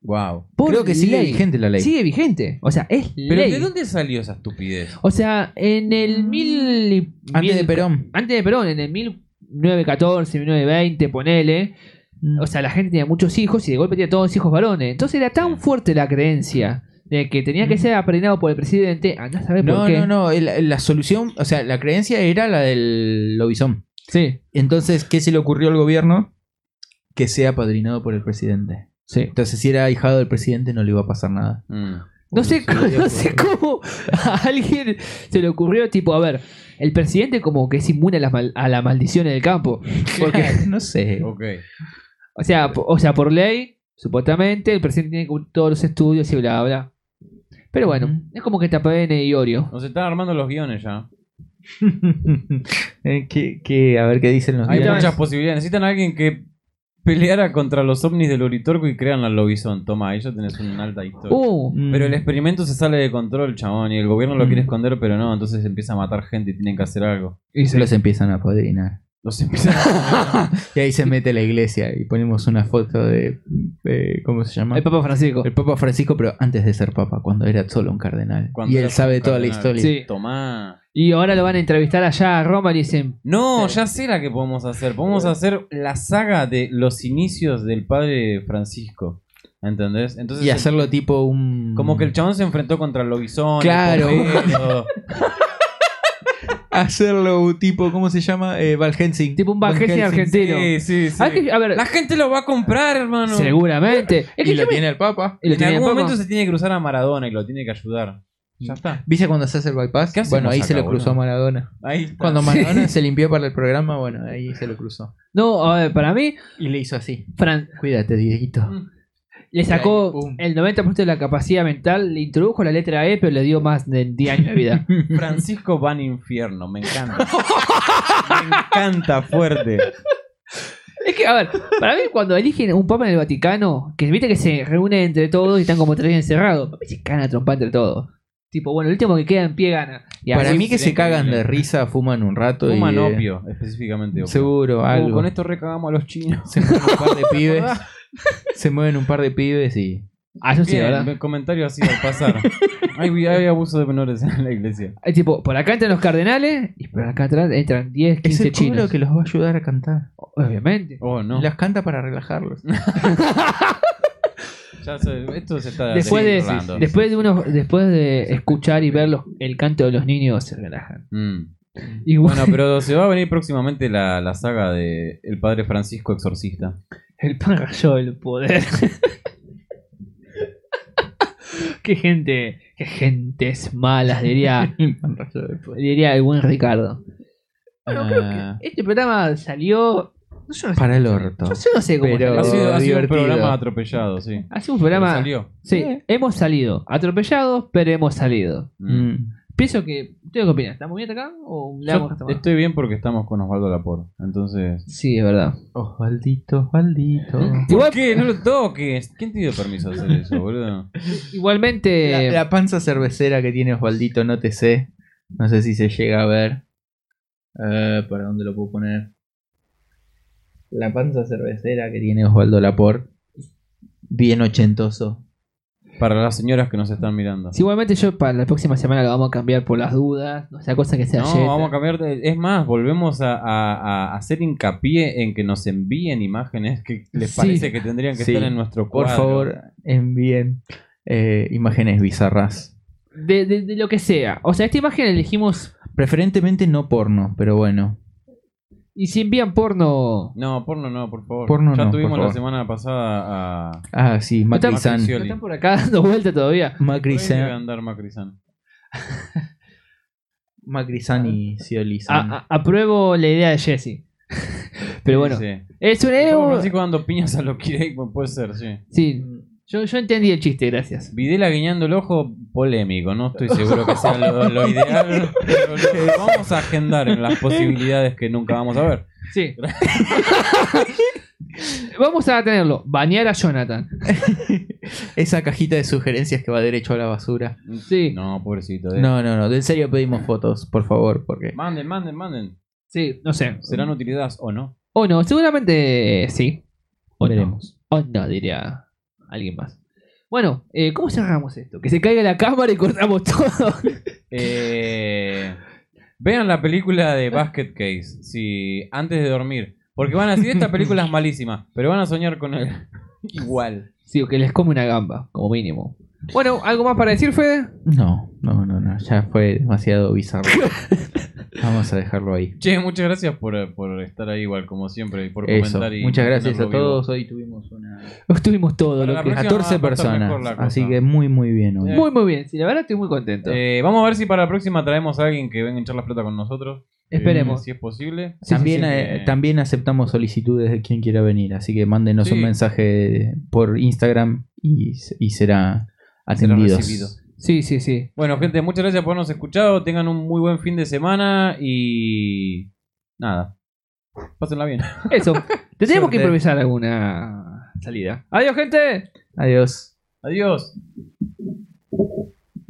Wow. Por Creo que sigue ley. vigente la ley. Sigue vigente. O sea, es ¿Pero ley. de dónde salió esa estupidez? O sea, en el mil. y- Antes de mil- Perón. Antes de Perón, en el 1914, 1920, ponele. O sea, la gente tenía muchos hijos y de golpe tenía todos hijos varones. Entonces era tan fuerte la creencia de que tenía que ser apadrinado por el presidente. Andá a saber No, por qué. no, no. el- La, solución, o sea, la creencia era la del lobizón. Sí, Entonces, ¿qué se le ocurrió al gobierno? Que sea padrinado por el presidente. sí. Entonces, si era ahijado del presidente, no le iba a pasar nada. Mm. No sé, cómo- no sé cómo a alguien se le ocurrió, tipo, a ver, el presidente como que es inmune a las, mal- a las maldiciones del campo. Porque, no sé. Ok. o, sea, po- o sea, por ley, supuestamente, el presidente tiene que cumplir todos los estudios y bla, bla. Pero bueno, Ujú. es como que te apaguen y Orio. Nos están armando los guiones ya. Eh, ¿Qué, qué- a ver qué dicen los Hay Bien. muchas posibilidades. Necesitan a alguien que peleara contra los ovnis del Uritorco y crean al lobizón. Toma, ahí ya tenés una alta historia. Uh, Pero el experimento se sale de control, chabón, y el gobierno lo Mm. quiere esconder, pero no, entonces empieza a matar gente y tienen que hacer algo. Y se los empiezan a padrinar. Los empiezan a... Y ahí se mete la iglesia y ponemos una foto de. eh, ¿Cómo se llama? el Papa Francisco. El Papa Francisco, pero antes de ser Papa, cuando era solo un cardenal. Cuando y era él sabe solo toda un la cardenal. historia. Sí. Tomá. Y ahora lo van a entrevistar allá a Roma y le dicen, No, ya sé la que podemos hacer. Podemos hacer la saga de los inicios del padre Francisco. ¿Entendés? Entonces, Y hacerlo tipo un. como que el chabón se enfrentó contra el lobizón. el Mm. Claro. bombero. Hacerlo un tipo, ¿cómo se llama? Eh, Val Helsing. tipo un Van Helsing argentino. sí, sí, sí. Hay Ah, que- a ver, La gente lo va a comprar, hermano. seguramente. Es que Y yo lo me- tiene el Papa. y lo en tiene algún Papa. momento se tiene que cruzar a Maradona y lo tiene que ayudar. Ya está. ¿Viste cuando se hace el bypass? ¿Qué hacemos Bueno, ahí se acá, lo cruzó a Maradona. Ahí está. Cuando Maradona se limpió para el programa, bueno, ahí se lo cruzó. No, a ver, para mí, Y le hizo así. Fran- Cuídate, Dieguito. Le Ahí, sacó pum. el 90% de la capacidad mental, le introdujo la letra E, pero le dio más de 10 años de vida. Francisco van infierno, me encanta. me encanta fuerte. es que, a ver, para mí cuando eligen un papa en el Vaticano, que viste que se reúnen entre todos y están como tres encerrados, para mí se cagan a trompa entre todos. Tipo, bueno, el último que queda en pie gana. Y Para así- mí que se sería cagan increíble. de risa, fuman un rato y. Fuman eh, opio, específicamente. opio. Seguro, Uh, algo. con esto recagamos a los chinos. Ah, Se mueven un par de pibes. se mueven un par de pibes y. Ah, eso sí, Bien, ¿verdad? me- comentario así al pasar. hay, hay abuso de menores en la iglesia. Es tipo, por acá entran los cardenales y por acá atrás entran 10, Es 15 el pueblo chinos. que los va a ayudar a cantar. Obviamente. Oh, no. Las canta para relajarlos. Ya se- esto se está Después de, descontrolando. después de unos, después de escuchar y ver los- el canto de los niños, se relajan. Mm. Y Bueno, pero se va a venir próximamente la, la saga de El Padre Francisco Exorcista. El pan cayó del poder. qué gente, qué gentes malas, diría, diría el buen Ricardo. Bueno, creo Ah, que este programa salió. no, yo, no sé, Para el orto. yo- yo no sé cómo Pero- Eh, Ha salió. sido, ha sido un divertido. programa atropellado, sí. Ha sido un Pero programa. salió. Sí, Eh. hemos salido. Atropellados, pero hemos salido. Mm. Mm. Pienso que. ¿Tú qué opinas? ¿Estamos bien hasta acá? ¿O le Yo damos hasta más? estoy bien porque estamos con Osvaldo Laporte. Entonces. Sí, es verdad. Osvaldito, Osvaldito. Igual- qué? No lo toques. ¿Quién te dio permiso de hacer eso, boludo? Igualmente. La, la panza cervecera que tiene Osvaldito, no te sé. No sé si se llega a ver. Eh, ¿Para dónde lo puedo poner? La panza cervecera que tiene Osvaldo Laporte. Bien ochentoso. Para las señoras que nos están mirando. Sí, igualmente yo para la próxima semana lo vamos a cambiar por las dudas. O sea, cosa que sea No, yeta. vamos a cambiar. de- Es más, volvemos a, a- a hacer hincapié en que nos envíen imágenes que les Sí. parece que tendrían que Sí. estar en nuestro Por cuadro. favor, envíen eh, imágenes bizarras. De, de- de lo que sea. O sea, esta imagen la elegimos. Preferentemente no porno, pero bueno. Y si envían porno. No, porno no, por favor. Porno ya no, tuvimos por la favor. semana pasada a. Ah, sí, Macri San. Macri ¿No Oli. están por acá dando vuelta todavía? Macri Hoy debe San, andar Macrizan. Macri San y Scioli San. A- a- apruebo la idea de Jesse. Pero bueno. Eh, Sí, sí. Es un Pablo ego. Francisco dando piñas a los Kirei, pues puede ser, sí. Sí. Yo, yo entendí el chiste, gracias. Videla guiñando el ojo, polémico. No estoy seguro que sea lo, lo ideal. Pero lo vamos a agendar en las posibilidades que nunca vamos a ver. Sí. Vamos a tenerlo. Bañar a Jonathan. Esa cajita de sugerencias que va derecho a la basura. Sí. No, pobrecito. de- No, no, no. En serio pedimos fotos, por favor, porque. Manden, manden, manden. Sí, no sé. ¿Serán utilidades o no? O no, seguramente sí. O no. Veremos. O no, diría alguien más. Bueno, eh, ¿cómo cerramos esto? Que se caiga la cámara y cortamos todo. Eh, vean la película de Basket Case si, antes de dormir. Porque van a decir, esta película es malísima, pero van a soñar con él. Igual. sí, o que les come una gamba, como mínimo. Bueno, ¿algo más para decir, Fede? No, no, no, no. Ya fue demasiado bizarro. Vamos a dejarlo ahí. Che, muchas gracias por, eh, por estar ahí igual, como siempre, y por Eso. comentar. Y Muchas gracias a mantenerlo vivo. todos. Hoy tuvimos una Tuvimos todo Para lo la que... próxima. 14 va a estar personas. mejor la cosa. Así que muy, muy bien hoy. Muy, muy bien. Sí, la verdad estoy muy contento. Eh, vamos a ver si para la próxima traemos a alguien que venga a hinchar la plata con nosotros. Eh, Esperemos. si es posible. Sí, También, sí, sí, eh, eh. también aceptamos solicitudes de quien quiera venir, así que mándenos Sí. un mensaje por Instagram y, se- y será Será atendido. recibido. Sí, sí, sí. Bueno, gente, muchas gracias por habernos escuchado. Tengan un muy buen fin de semana y. Nada. Pásenla bien. Eso. Tendríamos Suerte. que improvisar alguna salida. Adiós, gente. Adiós. Adiós.